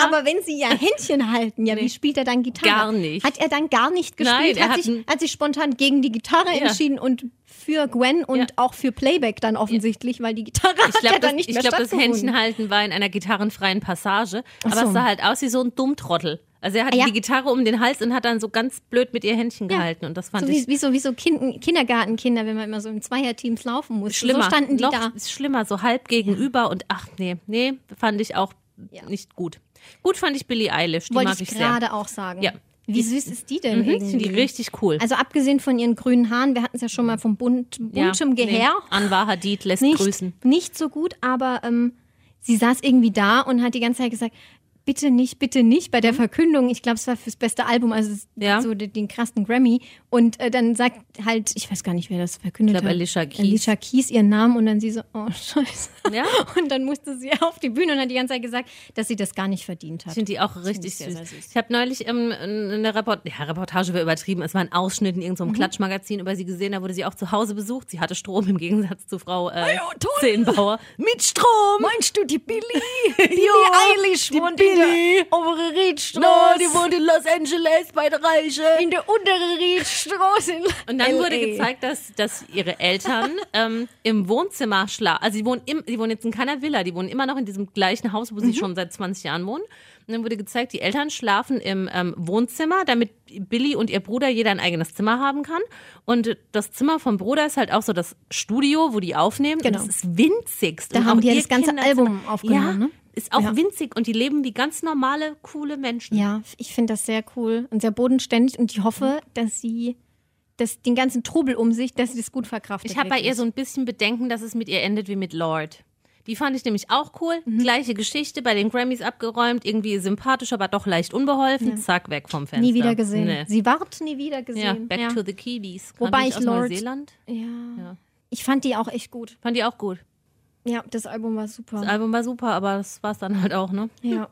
Aber wenn sie ja Händchen halten, ja, wie spielt er dann Gitarre? Gar nicht. Hat er dann gar nicht Nein, gespielt, er hat, hat sich, ein- hat sich spontan gegen die Gitarre Ja. entschieden und für Gwen und Ja. auch für Playback dann offensichtlich, weil die Gitarre ich hat ja glaube, das, dann nicht ich mehr glaub, das stattgefunden. Händchenhalten war in einer gitarrenfreien Passage. Ach Aber so. es sah halt aus wie so ein Dummtrottel. Also er hat Ah, ja. die Gitarre um den Hals und hat dann so ganz blöd mit ihr Händchen gehalten. Und das fand So ich wie, wie so, wie so kind, Kindergartenkinder, wenn man immer so in Zweierteams laufen muss. schlimmer. So standen die Noch da. schlimmer, so halb gegenüber und ach nee, nee, fand ich auch Ja. nicht gut. Gut fand ich Billie Eilish, die Wollte mag ich ich sehr. gerade auch sagen. Ja. Wie süß ist die denn? Mhm, ich finde die irgendwie? richtig cool. Also abgesehen von ihren grünen Haaren, wir hatten es ja schon mal vom bunt, buntem Gehair. Nee. Anwar Hadid lässt Nicht, grüßen. nicht so gut, aber ähm, sie saß irgendwie da und hat die ganze Zeit gesagt, bitte nicht, bitte nicht, bei der Verkündung, ich glaube, es war fürs beste Album, also es- Mhm. Ja. so den, den krassen Grammy. Und äh, dann sagt halt, ich weiß gar nicht, wer das verkündet Ich glaub, hat. Alicia Keys. Alicia Keys ihren Namen und dann sie so, oh scheiße. Ja. Und dann musste sie auf die Bühne und hat die ganze Zeit gesagt, dass sie das gar nicht verdient Ich hat. finde die auch richtig sehr, süß. sehr süß. Ich habe neulich ähm, in in der Report ja, Reportage war übertrieben, es war ein Ausschnitt in Mhm. irgendeinem Klatschmagazin über sie gesehen, da wurde sie auch zu Hause besucht. Sie hatte Strom im Gegensatz zu Frau äh, toll. Zehnbauer. Mit Strom! Meinst du die Billy? Billy Eilish die wohnt Billie. in der oberen Riedstraße. No, die wohnt in Los Angeles bei der Reiche. in der unteren Riedstraße. E. in Und dann LA. wurde gezeigt, dass, dass ihre Eltern ähm, im Wohnzimmer schlafen. Also sie wohnen, im, sie wohnen jetzt in keiner Villa, die wohnen immer noch in diesem gleichen Haus, Mhm. wo sie schon seit 20 Jahren wohnen. Und dann wurde gezeigt, die Eltern schlafen im ähm, Wohnzimmer, damit Billy und ihr Bruder jeder ein eigenes Zimmer haben kann. Und das Zimmer vom Bruder ist halt auch so das Studio, wo die aufnehmen. Genau. Und das ist winzigst. Da und haben auch die ja ihr das ganze Kinderzimmer- Album aufgenommen, Ja, ne? ist auch Ja. winzig und die leben wie ganz normale, coole Menschen. Ja, ich finde das sehr cool und sehr bodenständig und ich hoffe, Mhm. dass sie das, den ganzen Trubel um sich, dass sie das gut verkraftet. Ich habe bei wirklich. ihr so ein bisschen Bedenken, dass es mit ihr endet wie mit Lord. Die fand ich nämlich auch cool. Mhm. Gleiche Geschichte, bei den Grammys abgeräumt, irgendwie sympathisch, aber doch leicht unbeholfen. Zack, weg vom Fenster. nie wieder gesehen. Nee. Sie ward nie wieder Ja, gesehen. back ja. to the Kiwis. Kam Wobei die ich aus Lord- Neuseeland. ja. Ja. Ich fand die auch echt gut. Fand die auch gut. Ja, das Album war super. Das Album war super, aber das war's dann halt auch, ne? ja.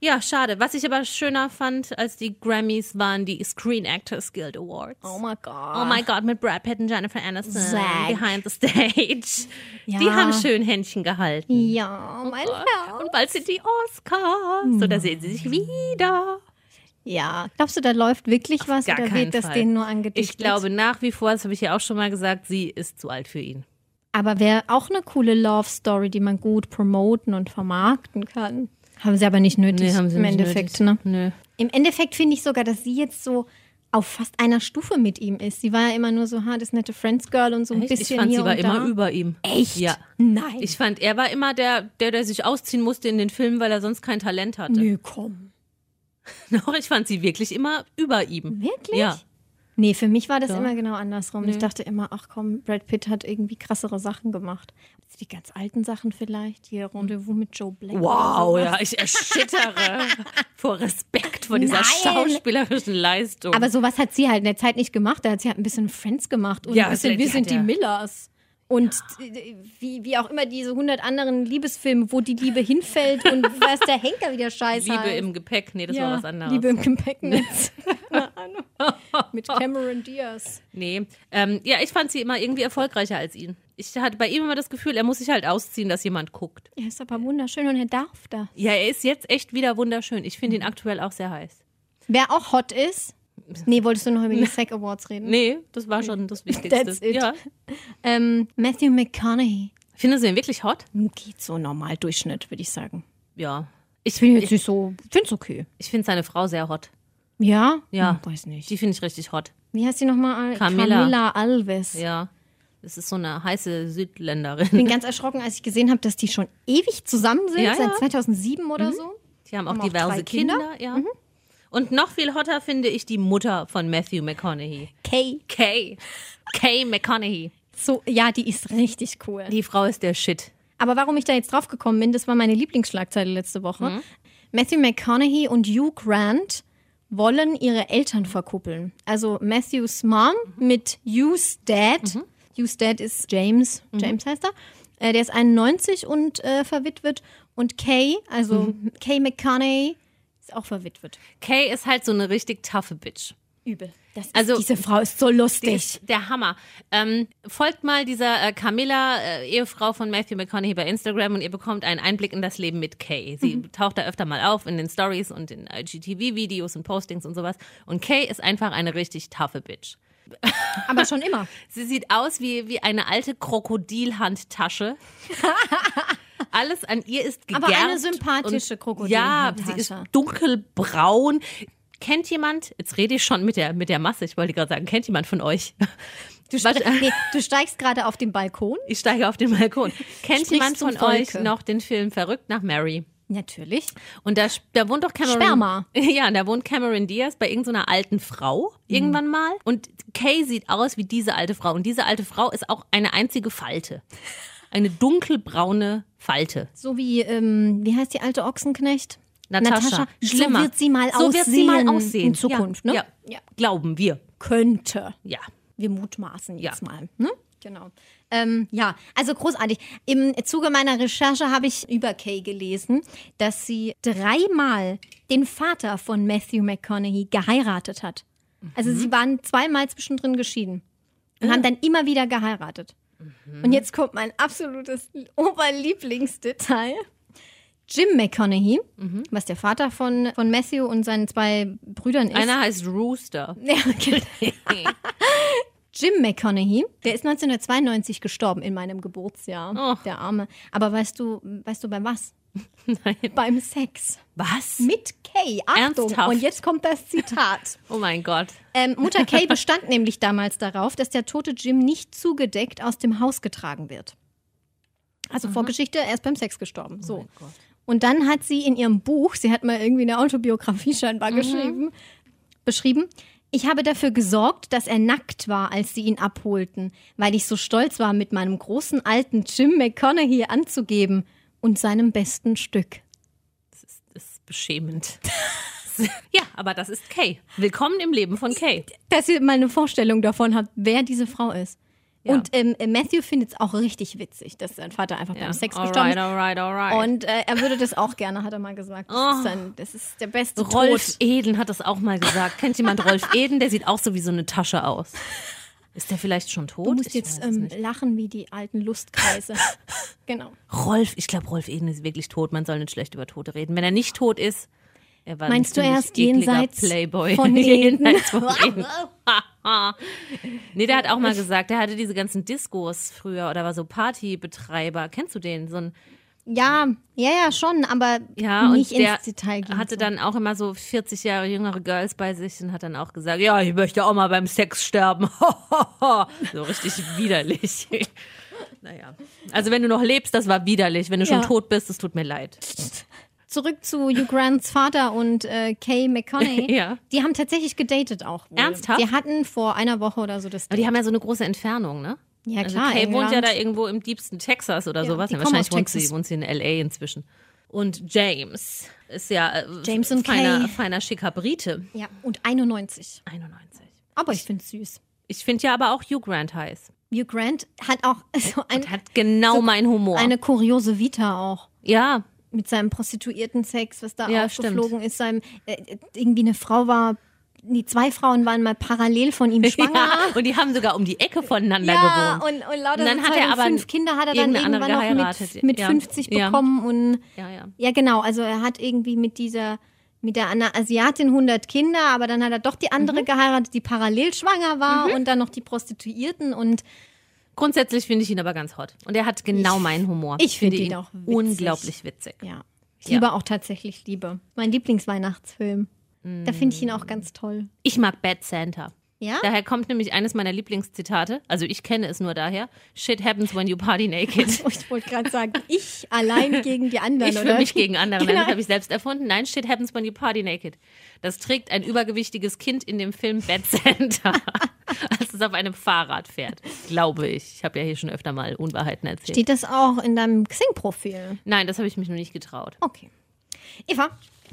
Ja, schade. Was ich aber schöner fand als die Grammys waren die Screen Actors Guild Awards. Oh my God. Oh my God, mit Brad Pitt und Jennifer Aniston Zack. behind the stage. Die Ja. haben schön Händchen gehalten. Ja, Oh mein Herz. Und bald sind die Oscars. So, da sehen sie sich wieder. Ja. Glaubst du, da läuft wirklich was gar oder keinen wird das Fall. denen nur angedichtet? Ich glaube nach wie vor, das habe ich ja auch schon mal gesagt, sie ist zu alt für ihn. Aber wäre auch eine coole Love Story, die man gut promoten und vermarkten kann. Haben sie aber nicht nötig im Endeffekt. Ne? Nö. Im Endeffekt finde ich sogar, dass sie jetzt so auf fast einer Stufe mit ihm ist. Sie war ja immer nur so, ha, das nette Friends Girl und so ein bisschen ich fand, hier sie war und immer da. über ihm. Echt? Ja. Nein. Ich fand, er war immer der, der, der sich ausziehen musste in den Filmen, weil er sonst kein Talent hatte. Nö, komm. Doch, ich fand sie wirklich immer über ihm. Wirklich? Ja. Nee, für mich war das Ja. immer genau andersrum. Ich dachte immer, ach komm, Brad Pitt hat irgendwie krassere Sachen gemacht. Die ganz alten Sachen vielleicht, hier Rendezvous mit Joe Black. oder Wow, sowas. ja, ich erschittere Also vor Respekt vor dieser Nein. schauspielerischen Leistung. Aber sowas hat sie halt in der Zeit nicht gemacht. Da hat sie halt ein bisschen Friends gemacht und Ja, ein bisschen sie- Wir die sind hat die ja- Millers. Und äh, wie, wie auch immer diese 100 anderen Liebesfilme, wo die Liebe hinfällt und was der Henker wieder scheiße Liebe heißt. im Gepäck, nee, das ja, war was anderes. Liebe im Gepäcknetz. Keine Ahnung. Mit Cameron Diaz. Nee. Ähm, ja, ich fand sie immer irgendwie erfolgreicher als ihn. Ich hatte bei ihm immer das Gefühl, er muss sich halt ausziehen, dass jemand guckt. Er ist aber wunderschön und er darf das. Ja, er ist jetzt echt wieder wunderschön. Ich finde ihn aktuell auch sehr heiß. Wer auch hot ist. Nee, wolltest du noch über die SAG Awards reden? Nee, das war schon das Wichtigste. That's it. Ja. Ähm, Matthew McConaughey. Hm, Findest du ihn wirklich hot? Geht so normal Durchschnitt, würde ich sagen. Ja. Ich, Finde ich ich, jetzt nicht so. Find's okay. ich finde seine Frau sehr hot. Ja? Ja. Hm, weiß nicht. Die finde ich richtig hot. Wie heißt die nochmal? Camila. Camila Alves. Ja. Es ist so eine heiße Ich Südländerin. bin ganz erschrocken, als ich gesehen habe, dass die schon ewig zusammen sind, Ja, seit ja. Mhm. 2007 oder so. Die haben auch Haben auch drei diverse Kinder. Kinder. Mhm. ja. Und noch viel hotter finde ich die Mutter von Matthew McConaughey. Kay. Kay. Kay McConaughey. So, ja, die ist richtig cool. Die Frau ist der Shit. Aber warum ich da jetzt drauf gekommen bin, das war meine Lieblingsschlagzeile letzte Woche. Mhm. Matthew McConaughey und Hugh Grant wollen ihre Eltern verkuppeln. Also Matthews Mom Mhm. mit Hughs Dad. Hughs Dad ist James, Mhm. James heißt er. Äh, der ist 91 und äh, verwitwet. Und Kay, also Mhm. Kay McConaughey, ist auch verwitwet. Kay ist halt so eine richtig taffe Bitch. Übel. Das ist, Also- diese Frau ist so Die lustig. ist der Hammer. Ähm, folgt mal dieser äh, Camilla, äh, Ehefrau von Matthew McConaughey bei Instagram und ihr bekommt einen Einblick in das Leben mit Kay. Sie taucht da öfter mal auf in den Stories und in IGTV-Videos und Postings und sowas. Und Kay ist einfach eine richtig taffe Bitch. Aber schon immer. Sie sieht aus wie, wie eine alte Krokodilhandtasche. Alles an ihr ist Aber gegerbt. eine sympathische und- Krokodilhandtasche. Ja, sie ist dunkelbraun. Kennt jemand, jetzt rede ich schon mit der, mit der Masse, ich wollte gerade sagen, kennt jemand von euch? Du, Warte. ste nee, du steigst gerade auf den Balkon. Ich steige auf den Balkon. Kennt Sprichst jemand zum von euch Volke. noch den Film Verrückt nach Mary? Natürlich. Und da, sp- da wohnt doch Cameron. Sperma. Ja, da wohnt Cameron Diaz bei irgendeiner alten Frau Mhm. irgendwann mal. Und Kay sieht aus wie diese alte Frau. Und diese alte Frau ist auch eine einzige Falte. Eine dunkelbraune Falte. So wie, ähm, wie heißt die alte Ochsenknecht? Natascha. Schlimmer. So wird sie mal So aussehen. wird sie mal aussehen. In Zukunft, ja. ne? Ja. Glauben wir. Könnte. Ja. Wir mutmaßen jetzt Ja. mal. Ne? Genau. Ähm, ja, also großartig. Im Zuge meiner Recherche habe ich über Kay gelesen, dass sie dreimal den Vater von Matthew McConaughey geheiratet hat. Also sie waren zweimal zwischendrin geschieden und haben dann immer wieder geheiratet. Und jetzt kommt mein absolutes Oberlieblingsdetail. Jim McConaughey, was der Vater von, von Matthew und seinen zwei Brüdern ist. Einer heißt Rooster. Ja, genau. Jim McConaughey, der ist 1992 gestorben in meinem Geburtsjahr. Oh. Der Arme. Aber weißt du, weißt du bei was? Nein. Beim Sex. Was? Mit Kay. Achtung. Ernsthaft? Und jetzt kommt das Zitat. Oh mein Gott. ähm, Mutter Kay bestand nämlich damals darauf, dass der tote Jim nicht zugedeckt aus dem Haus getragen wird. Also Vorgeschichte, er ist beim Sex gestorben. So. Und dann hat sie in ihrem Buch, sie hat mal irgendwie eine Autobiografie scheinbar geschrieben, beschrieben, ich habe dafür gesorgt, dass er nackt war, als sie ihn abholten, weil ich so stolz war, mit meinem großen alten Jim McConaughey anzugeben und seinem besten Stück. Das ist beschämend. ja, aber das ist Kay. Willkommen im Leben von Kay. Dass ihr mal eine Vorstellung davon habt, wer diese Frau ist. Ja. Und ähm, Matthew findet es auch richtig witzig, dass sein Vater einfach beim Sex gestorben Alright, ist. alright, alright. Und äh, er würde das auch gerne, hat er mal gesagt. Das, Oh. ist, sein, das ist der beste Rolf Tod. Eden hat das auch mal gesagt. Kennt jemand Rolf Eden? Der sieht auch so wie so eine Tasche aus. Ist der vielleicht schon tot? Du musst Ich jetzt weiß es ähm, nicht. lachen wie die alten Lustkreise. genau. Rolf, ich glaube, Rolf Eden ist wirklich tot. Man soll nicht schlecht über Tote reden. Wenn er nicht tot ist, er war Meinst ein du, er ist ziemlich ekliger jenseits Playboy. von Eden? jenseits von Eden. nee, der hat auch mal gesagt, der hatte diese ganzen Diskos früher oder war so Partybetreiber. Kennst du den? So ein Ja, ja, ja, schon, aber Ja, nicht und der ins Detail gehen. hatte dann auch immer so 40 Jahre jüngere Girls bei sich und hat dann auch gesagt, ja, ich möchte auch mal beim Sex sterben. so richtig widerlich. naja. Also wenn du noch lebst, das war widerlich. Wenn du schon Ja. tot bist, es tut mir leid. Zurück zu Hugh Grants Vater und äh, Kay McConaughey. Ja. Die haben tatsächlich gedatet auch. Wohl. Ernsthaft? Die hatten vor einer Woche oder so das Aber die haben ja so eine große Entfernung, ne? Ja, also klar, Kay wohnt ja England. da irgendwo im liebsten Texas oder Ja, sowas. die Ja, kommen wahrscheinlich aus wohnt sie, Texas. wohnt sie in L.A. inzwischen. Und James ist ja äh, James und feiner, Kay. feiner schicker Brite. Ja, und 91. 91. Aber ich finde es süß. Ich finde ja aber auch Hugh Grant heiß. Hugh Grant hat auch so ein, Hat genau mein Humor. eine kuriose Vita auch. Ja, Mit seinem Prostituierten-Sex, was da Ja, aufgeflogen ist. Seinem, äh, irgendwie eine Frau war, nee, zwei Frauen waren mal parallel von ihm schwanger. Ja, und die haben sogar um die Ecke voneinander Ja, gewohnt. und, und lauter Und dann so hat Zeug. er Und aber fünf Kinder hat er dann irgendeine irgendwann andere noch mit, geheiratet. mit Ja. 50 Ja. bekommen und ja, ja. ja genau, also er hat irgendwie mit dieser mit der einer Asiatin 100 Kinder, aber dann hat er doch die Mhm. andere geheiratet, die parallel schwanger war und dann noch die Prostituierten und Grundsätzlich finde ich ihn aber ganz hot. Und er hat genau meinen Humor. ich find ihn auch witzig. unglaublich witzig. ja, ich Ja. liebe auch tatsächlich Mm. Liebe. Mein Lieblingsweihnachtsfilm. Da finde ich ihn auch ganz toll. Ich mag Bad Santa. Ja? Daher kommt nämlich eines meiner Lieblingszitate. Also ich kenne es nur daher. Shit happens when you party naked. Ich wollte gerade sagen, ich allein gegen die anderen, Ich oder? für mich gegen andere. Nein, Genau. das habe ich selbst erfunden. Nein, shit happens when you party naked. Das trägt ein übergewichtiges Kind in dem Film Bad Santa, als es auf einem Fahrrad fährt. Glaube ich. Ich habe ja hier schon öfter mal Unwahrheiten erzählt. Steht das auch in deinem Xing-Profil? Nein, das habe ich mich noch nicht getraut. Okay. Eva,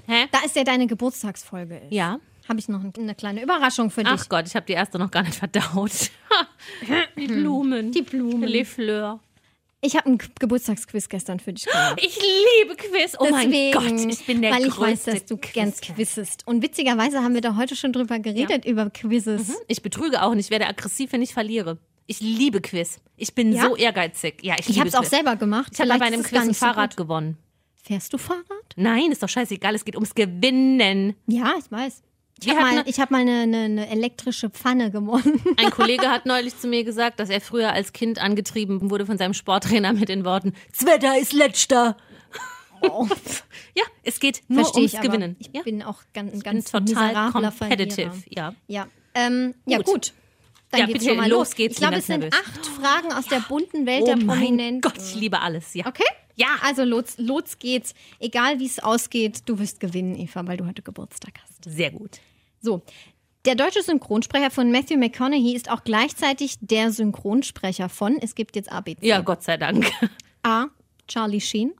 Hä? da ist ja deine Geburtstagsfolge. Ist. Ja. Habe ich noch eine kleine Überraschung für dich. Ach Gott, ich habe die erste noch gar nicht verdaut. die Blumen. Die Blumen. Les Fleurs. Ich habe ein Ge- Geburtstagsquiz gestern für dich gemacht. Ich liebe Quiz. Oh mein Deswegen, Gott, ich bin der Weil ich größte weiß, dass du ganz quizest. Und witzigerweise haben wir da heute schon drüber geredet, über Quizzes. Ich betrüge auch nicht, werde aggressiv, wenn ich verliere. Ich liebe Quiz. Ich bin Ja? so ehrgeizig. Ja, ich, Ich liebe habe es auch Quiz. selber gemacht. Ich habe bei Vielleicht einem ist es gar Quiz ein nicht so Fahrrad gut. gewonnen. Fährst du Fahrrad? Nein, ist doch scheißegal, es geht ums Gewinnen. Ja, ich weiß. Ich Wir habe hatten mal, ne- ich hab mal eine, eine, eine elektrische Pfanne gewonnen. Ein Kollege hat neulich zu mir gesagt, dass er früher als Kind angetrieben wurde von seinem Sporttrainer mit den Worten, das Wetter ist letzter. Oh, Ja, es geht nur Verstehe ums ich, aber Gewinnen. ich ja? bin auch ganz, bin ganz total miserabler competitive. Verlierer. Ja. Ja, ähm, ja Gut. gut. Dann Ja, geht's bitte, schon mal los los. geht's, Ich glaube, bin es ganz sind nervös. acht Fragen aus der bunten Welt Oh der mein Prominenten. Gott, ich liebe alles. Ja. Okay? Ja. Also los, los geht's. Egal wie es ausgeht, du wirst gewinnen, Eva, weil du heute Geburtstag hast. Sehr gut. So. Der deutsche Synchronsprecher von Matthew McConaughey ist auch gleichzeitig der Synchronsprecher von, es gibt jetzt ABC. Ja, Gott sei Dank. A. Charlie Sheen.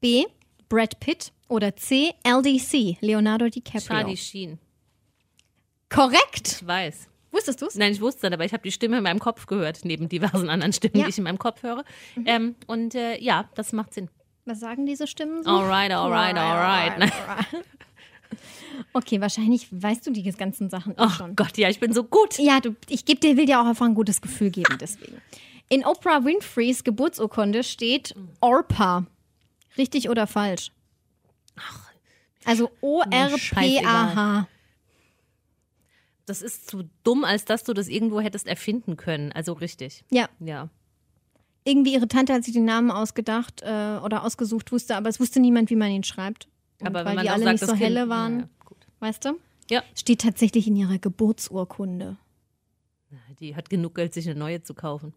B. Brad Pitt. Oder C. LDC. Leonardo DiCaprio. Charlie Sheen. Korrekt. Genau. Ich weiß. Wusstest du's? Nein, ich wusste es, aber ich habe die Stimme in meinem Kopf gehört, neben diversen anderen Stimmen, Ja. Mhm. die ich in meinem Kopf höre. Ähm, und äh, ja, das macht Sinn. Was sagen diese Stimmen so? Alright, alright, alright. Nein. alright. Okay, wahrscheinlich weißt du die ganzen Sachen eh Oh schon. Gott, ja, ich bin so gut. Ja, du, ich geb dir, will dir auch einfach ein gutes Gefühl Ah. geben, deswegen. In Oprah Winfreys Geburtsurkunde steht Orpa. Richtig oder falsch? Also O-R-P-A-H. Das ist zu dumm, als dass du das irgendwo hättest erfinden können. Also richtig. Ja, Ja. irgendwie ihre Tante hat sich den Namen ausgedacht äh, oder ausgesucht wusste, aber es wusste niemand, wie man ihn schreibt. Und Aber weil wenn man die auch alle sagt, nicht so das helle kind, waren, Ja, gut. weißt du? Ja. Steht tatsächlich in ihrer Geburtsurkunde. Die hat genug Geld, sich eine neue zu kaufen.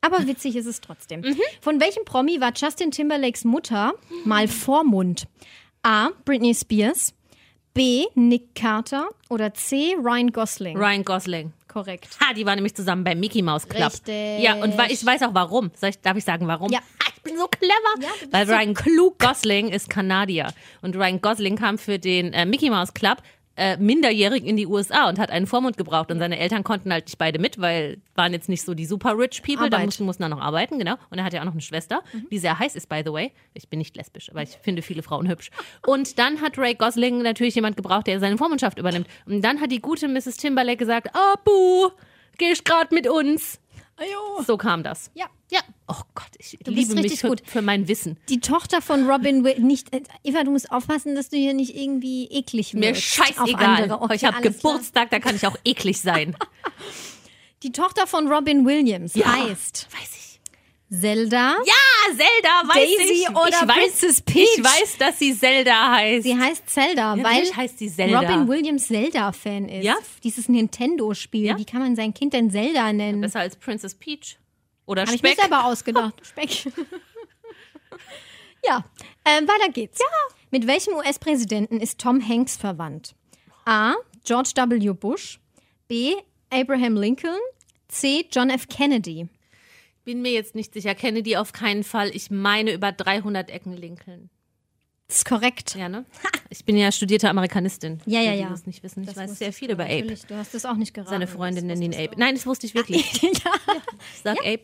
Aber witzig ist es trotzdem. Mhm. Von welchem Promi war Justin Timberlakes Mutter mal Vormund? A. Britney Spears. B. Nick Carter. Oder C. Ryan Gosling. Ryan Gosling. Korrekt. Ha, die war nämlich zusammen beim Mickey Mouse Club. Richtig. Ja, und wa- ich weiß auch warum. Soll ich, darf ich sagen, warum? Ja. Ha, ich bin so clever. Ja, du bist Weil so Ryan Klug Gosling ist Kanadier. Und Ryan Gosling kam für den äh, Mickey Mouse Club äh, minderjährig in die USA und hat einen Vormund gebraucht. Und seine Eltern konnten halt nicht beide mit, weil waren jetzt nicht so die super rich people. Da Arbeit. Mhm. mussten, mussten dann noch arbeiten, genau. Und er hat ja auch noch eine Schwester, die sehr heiß ist, by the way. Ich bin nicht lesbisch, aber ich finde viele Frauen hübsch. Und dann hat Ray Gosling natürlich jemand gebraucht, der seine Vormundschaft übernimmt. Und dann hat die gute Mrs. Timberlake gesagt, "Ah, Abu, gehst grad mit uns. Ajo. So kam das. Ja. Ja. Oh Gott, ich bist liebe mich richtig für, gut. für mein Wissen. Die Tochter von Robin Will nicht. äh, Eva, du musst aufpassen, dass du hier nicht irgendwie eklig Mir wirkst auf scheißegal. andere. Okay, ich habe Oh, alles klar. Geburtstag, da kann ich auch eklig sein. Die Tochter von Robin Williams Ja. heißt weiß ich. Zelda. Ja, Zelda, weiß Daisy ich. oder ich weiß, Princess Peach? Ich weiß, dass sie Zelda heißt. Sie heißt Zelda, weil Natürlich heißt sie Zelda. Robin Williams Zelda-Fan ist. Ja? Dieses Nintendo-Spiel. Ja? Wie kann man sein Kind denn Zelda nennen? Besser als Princess Peach. Oder Habe ich mir Speck. selber ausgedacht. Speck. ja, ähm, weiter geht's. Ja. Mit welchem US-Präsidenten ist Tom Hanks verwandt? A. George W. Bush. B. Abraham Lincoln. C. John F. Kennedy. Bin mir jetzt nicht sicher. Kenne die auf keinen Fall. Ich meine über 300 Ecken Lincoln. Das ist korrekt. Ja, ne? Ich bin ja studierte Amerikanistin. Ja, ja, Für die, ja. Die das nicht wissen. Ich Das weiß wusste sehr viel über Ape. Natürlich, du hast das auch nicht geraten. Seine Freundin Das nennt ihn wusstest Ape. Nein, das wusste ich wirklich. du. ja. Ich sag Ape.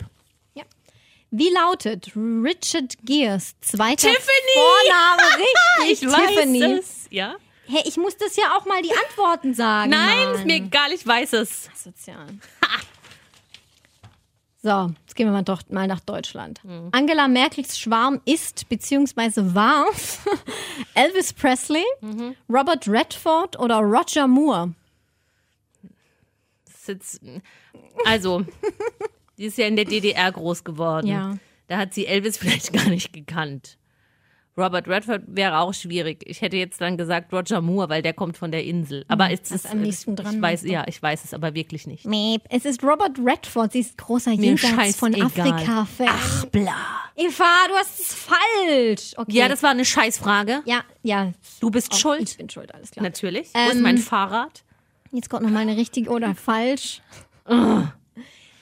Wie lautet Richard Gears zweiter Tiffany! Vorname? Richtig, Tiffany. es. Ja? Hey, ich muss das ja auch mal die Antworten sagen. Nein, Mann. ist mir egal, ich weiß es. Sozial. So, jetzt gehen wir mal, doch, mal nach Deutschland. Mhm. Angela Merkels Schwarm ist bzw. war Elvis Presley, Mhm. Robert Redford oder Roger Moore. Ist jetzt- Also, die ist ja in der DDR groß geworden. Ja. Da hat sie Elvis vielleicht gar nicht gekannt. Robert Redford wäre auch schwierig. Ich hätte jetzt dann gesagt Roger Moore, weil der kommt von der Insel. Aber ist Hm, das es am nächsten dran Ich weiß, meinst du? ja, ich weiß es aber wirklich nicht. Meep. Es ist Robert Redford. Sie ist großer Mir Jenseits von scheißegal. Afrika-Fan. Ach, bla. Eva, du hast es falsch. Okay. Ja, das war eine Scheißfrage. ja, ja. Du bist Auch schuld. Ich Ähm, bin schuld, alles klar. Natürlich. Wo ist mein Fahrrad? Jetzt kommt nochmal eine richtige oder falsch.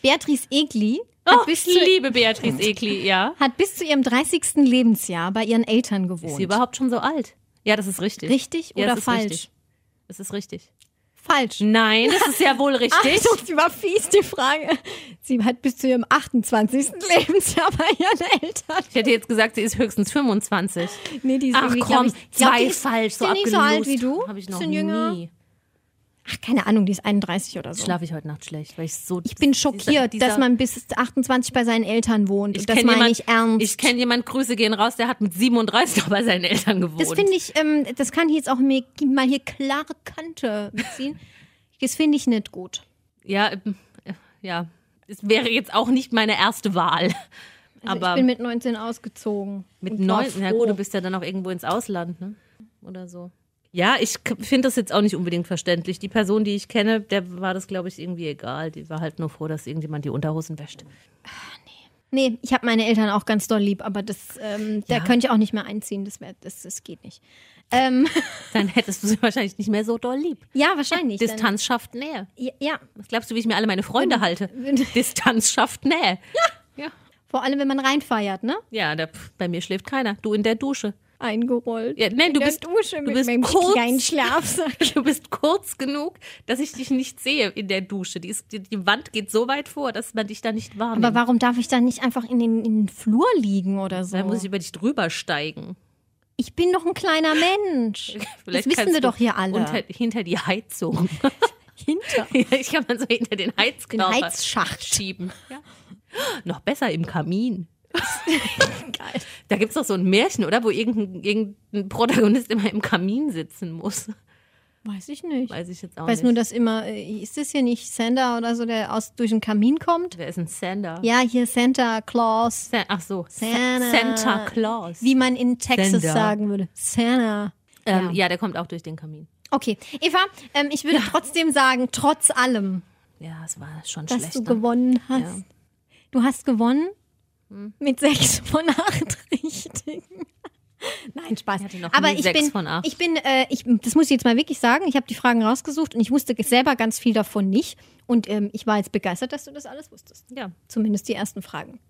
Beatrice Egli hat, Oh, bis ich zu, liebe Beatrice Ekli, ja. hat bis zu ihrem 30. Lebensjahr bei ihren Eltern gewohnt. Ist sie überhaupt schon so alt? Ja, das ist richtig. Richtig Ja, oder das ist falsch? richtig. Das ist richtig. Falsch. Nein, das ist ja wohl richtig. Achtung, sie war fies, die Frage. Sie hat bis zu ihrem 28. Lebensjahr bei ihren Eltern. Ich hätte jetzt gesagt, sie ist höchstens 25. Nee, die ist Ach irgendwie, glaub komm, ich, glaub, zwei die ist, falsch. Ist So die nicht so alt wie du? Habe ich noch Bisschen jünger? nie. Ach, keine Ahnung, die ist 31 oder so. Schlafe ich heute Nacht schlecht, weil ich so. Ich bin schockiert, dieser- dass man bis 28 bei seinen Eltern wohnt. Ich das kenn meine jemand, ich ernst. Ich kenne jemanden, Grüße gehen raus, der hat mit 37 noch bei seinen Eltern gewohnt. das finde ich, ähm, das kann ich jetzt auch mir mal hier klare Kante ziehen. Das finde ich nicht gut. Ja, ähm, äh, ja. Es wäre jetzt auch nicht meine erste Wahl. Also Aber ich bin mit 19 ausgezogen. mit und war neun, na gut, froh. du bist ja dann auch irgendwo ins Ausland, ne? Oder so. Ja, ich finde das jetzt auch nicht unbedingt verständlich. Die Person, die ich kenne, der war das, glaube ich, irgendwie egal. Die war halt nur froh, dass irgendjemand die Unterhosen wäscht. Nee, ich habe meine Eltern auch ganz doll lieb, aber das, ähm, da Ja. könnte ich auch nicht mehr einziehen. Das, wär, das, das geht nicht. Ähm, Dann hättest du sie wahrscheinlich nicht mehr so doll lieb. ja, wahrscheinlich. dann- Distanz schafft Nähe. Ja, ja, Was glaubst du, wie ich mir alle meine Freunde halte? Distanz schafft Nähe. vor allem, wenn man reinfeiert, ne? Ja, da, pf, bei mir schläft keiner. Du in der Dusche. Eingerollt. Ja, nein, In du der bist- Dusche du mit bist meinem kurz- kleinen Schlafsack. Du bist kurz genug, dass ich dich nicht sehe in der Dusche. Die, ist, die, die Wand geht so weit vor, dass man dich da nicht wahrnimmt. Aber warum darf ich dann nicht einfach in den, in den Flur liegen oder so? da muss ich über dich drüber steigen. Ich bin doch ein kleiner Mensch. das Vielleicht wissen kannst wir du halt doch hier alle. Unter, hinter die Heizung. Hinter ja, ich kann man so hinter den den Heizkörper Heizschacht. schieben. Ja. Noch besser im Kamin. Geil. Da gibt es doch so ein Märchen, oder? Wo irgendein, irgendein Protagonist immer im Kamin sitzen muss. Weiß ich nicht. Weiß ich jetzt auch Ich weiß nicht. nur, dass immer, äh, ist das hier nicht Santa oder so, der aus, durch den Kamin kommt? Wer ist ein Sander? Ja, hier Santa Claus. Sa- Ach so, Sa- Santa. Santa Claus. Wie man in Texas Santa. sagen würde. Santa. Ähm, ja. der kommt auch durch den Kamin. Okay, Eva, ähm, ich würde trotzdem sagen, trotz allem, Ja, es war schon dass schlecht. du ne? gewonnen hast. Ja. Hm. Du hast gewonnen mit sechs von acht richtigen. Nein, Spaß. hatte noch Aber nie ich sechs bin, von acht. ich bin, äh, ich, das muss ich jetzt mal wirklich sagen. Ich habe die Fragen rausgesucht und ich wusste selber ganz viel davon nicht. Und ähm, ich war jetzt begeistert, dass du das alles wusstest. Ja, Zumindest die ersten Fragen.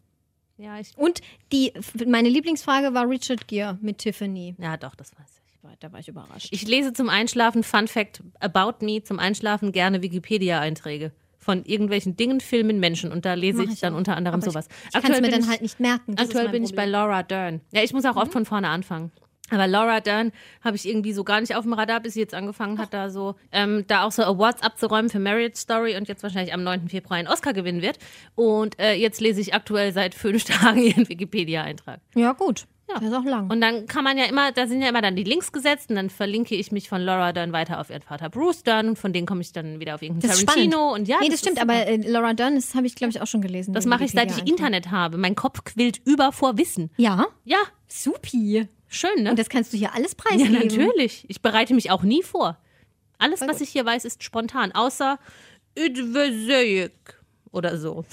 ja, ich. Und die, meine Lieblingsfrage war Richard Gere mit Tiffany. Ja, doch, das weiß ich. Da war ich überrascht. Ich lese zum Einschlafen, Fun Fact about me, zum Einschlafen gerne Wikipedia-Einträge von irgendwelchen Dingen, Filmen, Menschen. Und da lese Mach ich, ich dann auch. unter anderem Aber ich- sowas. Ich kann es mir bin dann halt nicht merken. Das ist Aktuell mein bin ich bei Problem. Mhm. Laura Dern. Ja, ich muss auch oft von vorne anfangen. Aber Laura Dern habe ich irgendwie so gar nicht auf dem Radar, bis sie jetzt angefangen hat, da so ähm, da auch so Awards abzuräumen für Marriage Story und jetzt wahrscheinlich am 9. Februar einen Oscar gewinnen wird. Und äh, jetzt lese ich aktuell seit fünf Tagen ihren Wikipedia-Eintrag. Ja, gut. Ja. Das ist auch lang. Und dann kann man ja immer, da sind ja immer dann die Links gesetzt und dann verlinke ich mich von Laura Dern weiter auf ihren Vater Bruce Dern und von denen komme ich dann wieder auf irgendeinen Das ist Tarantino und ja. nee, das, ist stimmt, super. aber äh, Laura Dern, das habe ich, glaube ich, auch schon gelesen. das den mache ich, seit ich Wikipedia-Eintrag. Internet habe. Mein Kopf quillt über vor Wissen. Ja, Ja, supi. schön, ne? Und das kannst du hier alles Ja, preisgeben. natürlich. Ich bereite mich auch nie vor. Alles, was gut. ich hier weiß, ist spontan. Außer Idvesejek oder so.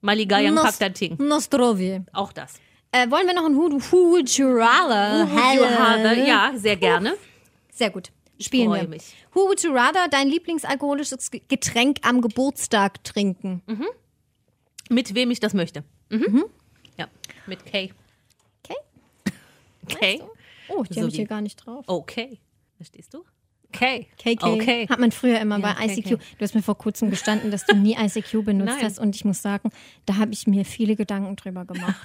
Maligayan Nos- Paktating. Nostrovie. Auch das. Äh, wollen wir noch ein Hudu? Hudu-Churala. Juhade, Ja, sehr gerne. Sehr gut. Spielen freue wir. mich. Who would you rather dein Lieblingsalkoholisches Ge- Getränk am Geburtstag trinken? Mhm. Mit wem ich das möchte. Mhm. Ja, mit Kay. Kay? Kay. Oh, die So habe ich wie- hier gar nicht drauf. Okay. Verstehst du? Kay. KK. Okay. Hat man früher immer Ja, bei ICQ. KK. Du hast mir vor kurzem gestanden, dass du nie ICQ benutzt Nein. hast. Und ich muss sagen, da habe ich mir viele Gedanken drüber gemacht.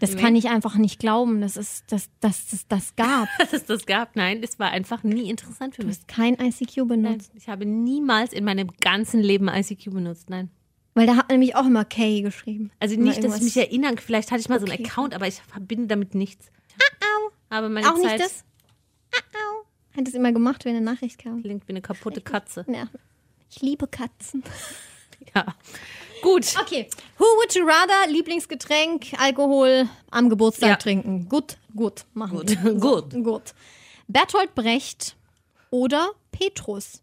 Das kann ich einfach nicht glauben, dass es dass, dass, dass das gab. Dass es das gab. Nein, das war einfach nie interessant für Du mich. hast kein ICQ benutzt. Ich habe niemals in meinem ganzen Leben ICQ benutzt. Nein. Weil da hat nämlich auch immer K geschrieben. Also Immer nicht, dass ich irgendwas. mich erinnern kann. Vielleicht hatte ich mal so einen Account, aber ich verbinde damit nichts. Aber meine Auch nicht Zeit das? Au, au. Hat es immer gemacht, wenn eine Nachricht kam. klingt wie eine kaputte Katze. Ja. Ich liebe Katzen. Ja. Gut. Okay. Who would you rather Lieblingsgetränk, Alkohol am Geburtstag Ja. trinken? Gut, gut, machen Gut. wir. Gut. Gut. Bertolt Brecht oder Petrus?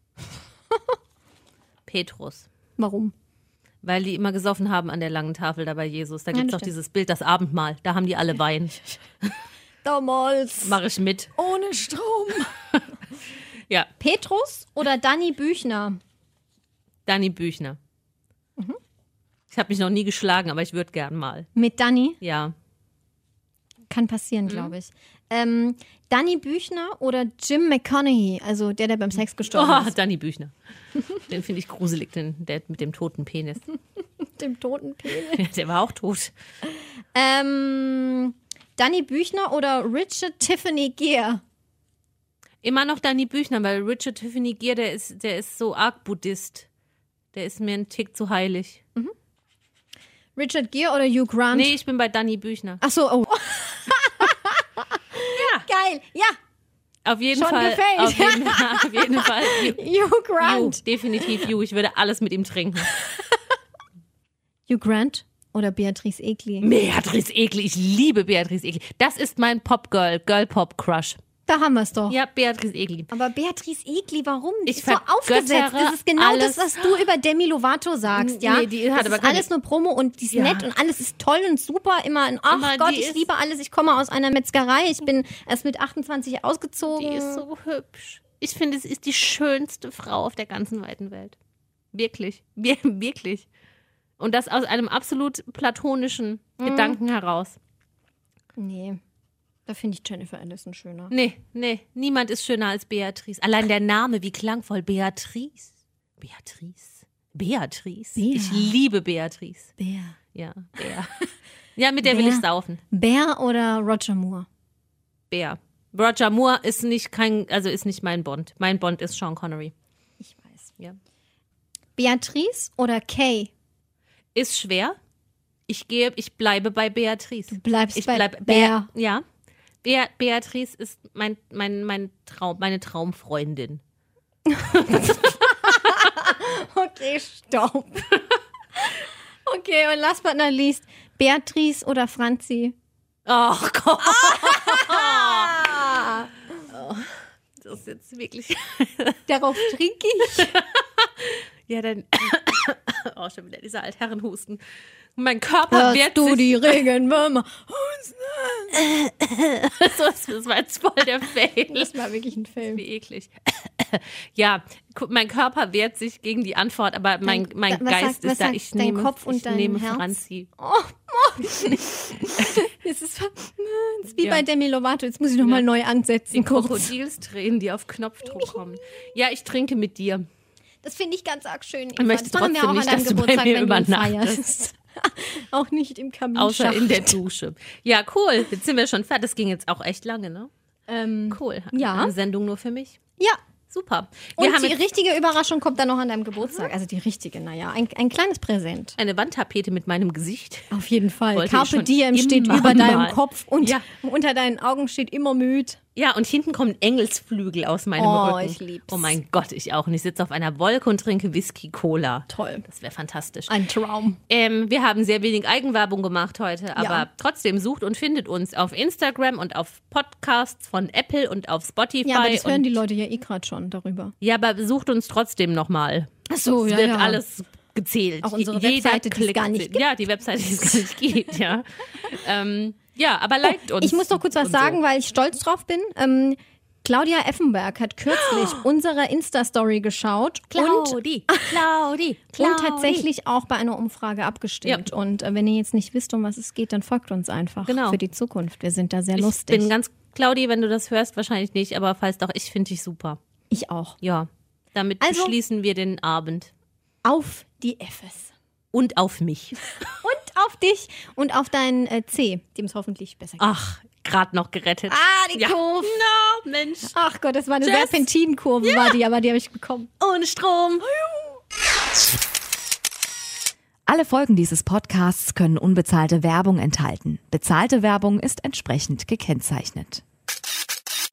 Petrus. Warum? Weil die immer gesoffen haben an der langen Tafel da bei Jesus. Da Ja, gibt es das doch stimmt. dieses Bild, das Abendmahl. Da haben die alle Wein. Damals. Mache ich mit. Ohne Strom. Ja, Petrus oder Danny Büchner? Dani Büchner. Mhm. Ich habe mich noch nie geschlagen, aber ich würde gern mal. Mit Danny? Ja. Kann Mhm. passieren, glaube ich. Ähm, Danny Büchner oder Jim McConaughey, also der, der beim Sex gestorben Oh, ist. Dani Büchner. Den finde ich gruselig, den, der mit dem toten Penis. Dem toten Penis. Der war auch tot. Ähm, Danny Büchner oder Richard Tiffany Gear? Immer noch Dani Büchner, weil Richard Tiffany Gier, der ist, der ist so arg Buddhist. Der ist mir ein Tick zu heilig. Richard Gere oder Hugh Grant? Nee, ich bin bei Dani Büchner. Ach so, oh. Geil, ja, Auf jeden Schon Fall. gefällt. Auf jeden, auf jeden Fall. You, Hugh you, Grant. definitiv you. Ich würde alles mit ihm trinken. Hugh Grant oder Beatrice Egli? Beatrice Egli, ich liebe Beatrice Egli. Das ist mein Popgirl, Girl-Pop-Crush. Da haben wir es doch. Ja, Beatrice Egli. Aber Beatrice Egli, warum? Die Ich ist so vergöttere aufgesetzt. Das ist genau alles. das, was du über Demi Lovato sagst, ja? Nee, die hat das aber ist keine- alles nur Promo und die ist Ja. nett und alles ist toll und super. Immer ein, ach Immer, Gott, die ich ist- liebe alles. Ich komme aus einer Metzgerei. Ich bin erst mit 28 ausgezogen. Die ist so hübsch. Ich finde, es ist die schönste Frau auf der ganzen weiten Welt. Wirklich. Wir, wirklich. Und das aus einem absolut platonischen Gedanken heraus. Nee, da finde ich Jennifer Aniston schöner. Nee, nee, niemand ist schöner als Beatrice. Allein der Name, wie klangvoll. Beatrice. Beatrice. Beatrice. Bea. Ich liebe Beatrice. Bär. Ja, Bea. ja, mit der will Bea. ich saufen. Bär oder Roger Moore? Bea. Roger Moore ist nicht kein, also ist nicht mein Bond. Mein Bond ist Sean Connery. Ich weiß. Ja. Beatrice oder Kay? Ist schwer. Ich gehe, ich bleibe bei Beatrice. Du bleibst Ich bei bleibe Bär. Ja. Bea, Beatrice ist mein, mein, mein Traum, meine Traumfreundin. Okay, stopp. okay, und last but not least, Beatrice oder Franzi? Oh Gott. Oh. Das ist jetzt wirklich. Darauf trinke ich. Ja, dann. Oh, schon wieder dieser Altherrenhusten. Mein Körper Hörst wird du sich die Regenwürmer? so. Das war jetzt voll der Fail. Das war wirklich ein Film. Wie eklig. Ja, gu- mein Körper wehrt sich gegen die Antwort, aber mein, Dein- mein was Geist sagt- was ist da. sagt Ich dein nehme, Kopf und ich dein nehme Herz? Franzi. Oh, Mann. Es ist ver- es ist wie Ja. bei Demi Lovato. Jetzt muss ich nochmal mal neu ansetzen. Die Kurz. Krokodilstränen, die auf Knopfdruck kommen. Ja, ich trinke mit dir. Das finde ich ganz arg schön. Eva. Ich möchte das machen wir trotzdem auch nicht, an deinem dass du bei Geburtstag, mir wenn du ihn feierst. übernachtest. auch nicht im Kamin. Außer in der Dusche. Ja, cool. Jetzt sind wir schon fertig. Das ging jetzt auch echt lange, ne? Ähm, Cool. Ja. Eine Sendung nur für mich. ja. Super. Wir Und haben die jetzt richtige Überraschung kommt dann noch an deinem Geburtstag. Also die richtige, naja. Ein, ein kleines Präsent. eine Wandtapete mit meinem Gesicht. Auf jeden Fall. Wollte ich Carpe schon Diem steht immer über deinem mal. Kopf und Ja. unter deinen Augen steht immer müd. Ja, und hinten kommen Engelsflügel aus meinem Oh, Rücken. ich lieb's. Oh mein Gott, ich auch. Und ich sitze auf einer Wolke und trinke Whisky Cola. Toll. Das wäre fantastisch. Ein Traum. Ähm, wir haben sehr wenig Eigenwerbung gemacht heute, aber Ja. trotzdem sucht und findet uns auf Instagram und auf Podcasts von Apple und auf Spotify. Ja, aber das hören und, die Leute ja eh gerade schon darüber. ja, aber sucht uns trotzdem nochmal. Ach so, es ja, wird ja. alles gezählt. Auch unsere Je- Jeder Webseite, die es Klick gar nicht zählt. Ja, die Webseite, die es gar nicht gibt, ja. ähm, ja, aber liked uns. Oh, Ich muss noch kurz was und sagen, So. weil ich stolz drauf bin. Ähm, Claudia Effenberg hat kürzlich unsere Insta-Story geschaut und, Claudi, Claudi, Claudi. und tatsächlich auch bei einer Umfrage abgestimmt. Und äh, wenn ihr jetzt nicht wisst, um was es geht, dann folgt uns einfach Genau. für die Zukunft. Wir sind da sehr Ich lustig. bin ganz, Claudi, wenn du das hörst, wahrscheinlich nicht, aber falls doch, ich finde dich super. ich auch. Ja, damit Also- schließen wir den Abend. Auf die Fs. Und auf mich. Und auf dich und auf deinen äh, C, dem es hoffentlich besser geht. Ach, gerade noch gerettet. Ah, die Ja. Kurve. No, Mensch. Ach Gott, das war eine Tschüss. Serpentinenkurve, war die, aber die habe ich bekommen. Ohne Strom. Alle Folgen dieses Podcasts können unbezahlte Werbung enthalten. Bezahlte Werbung ist entsprechend gekennzeichnet.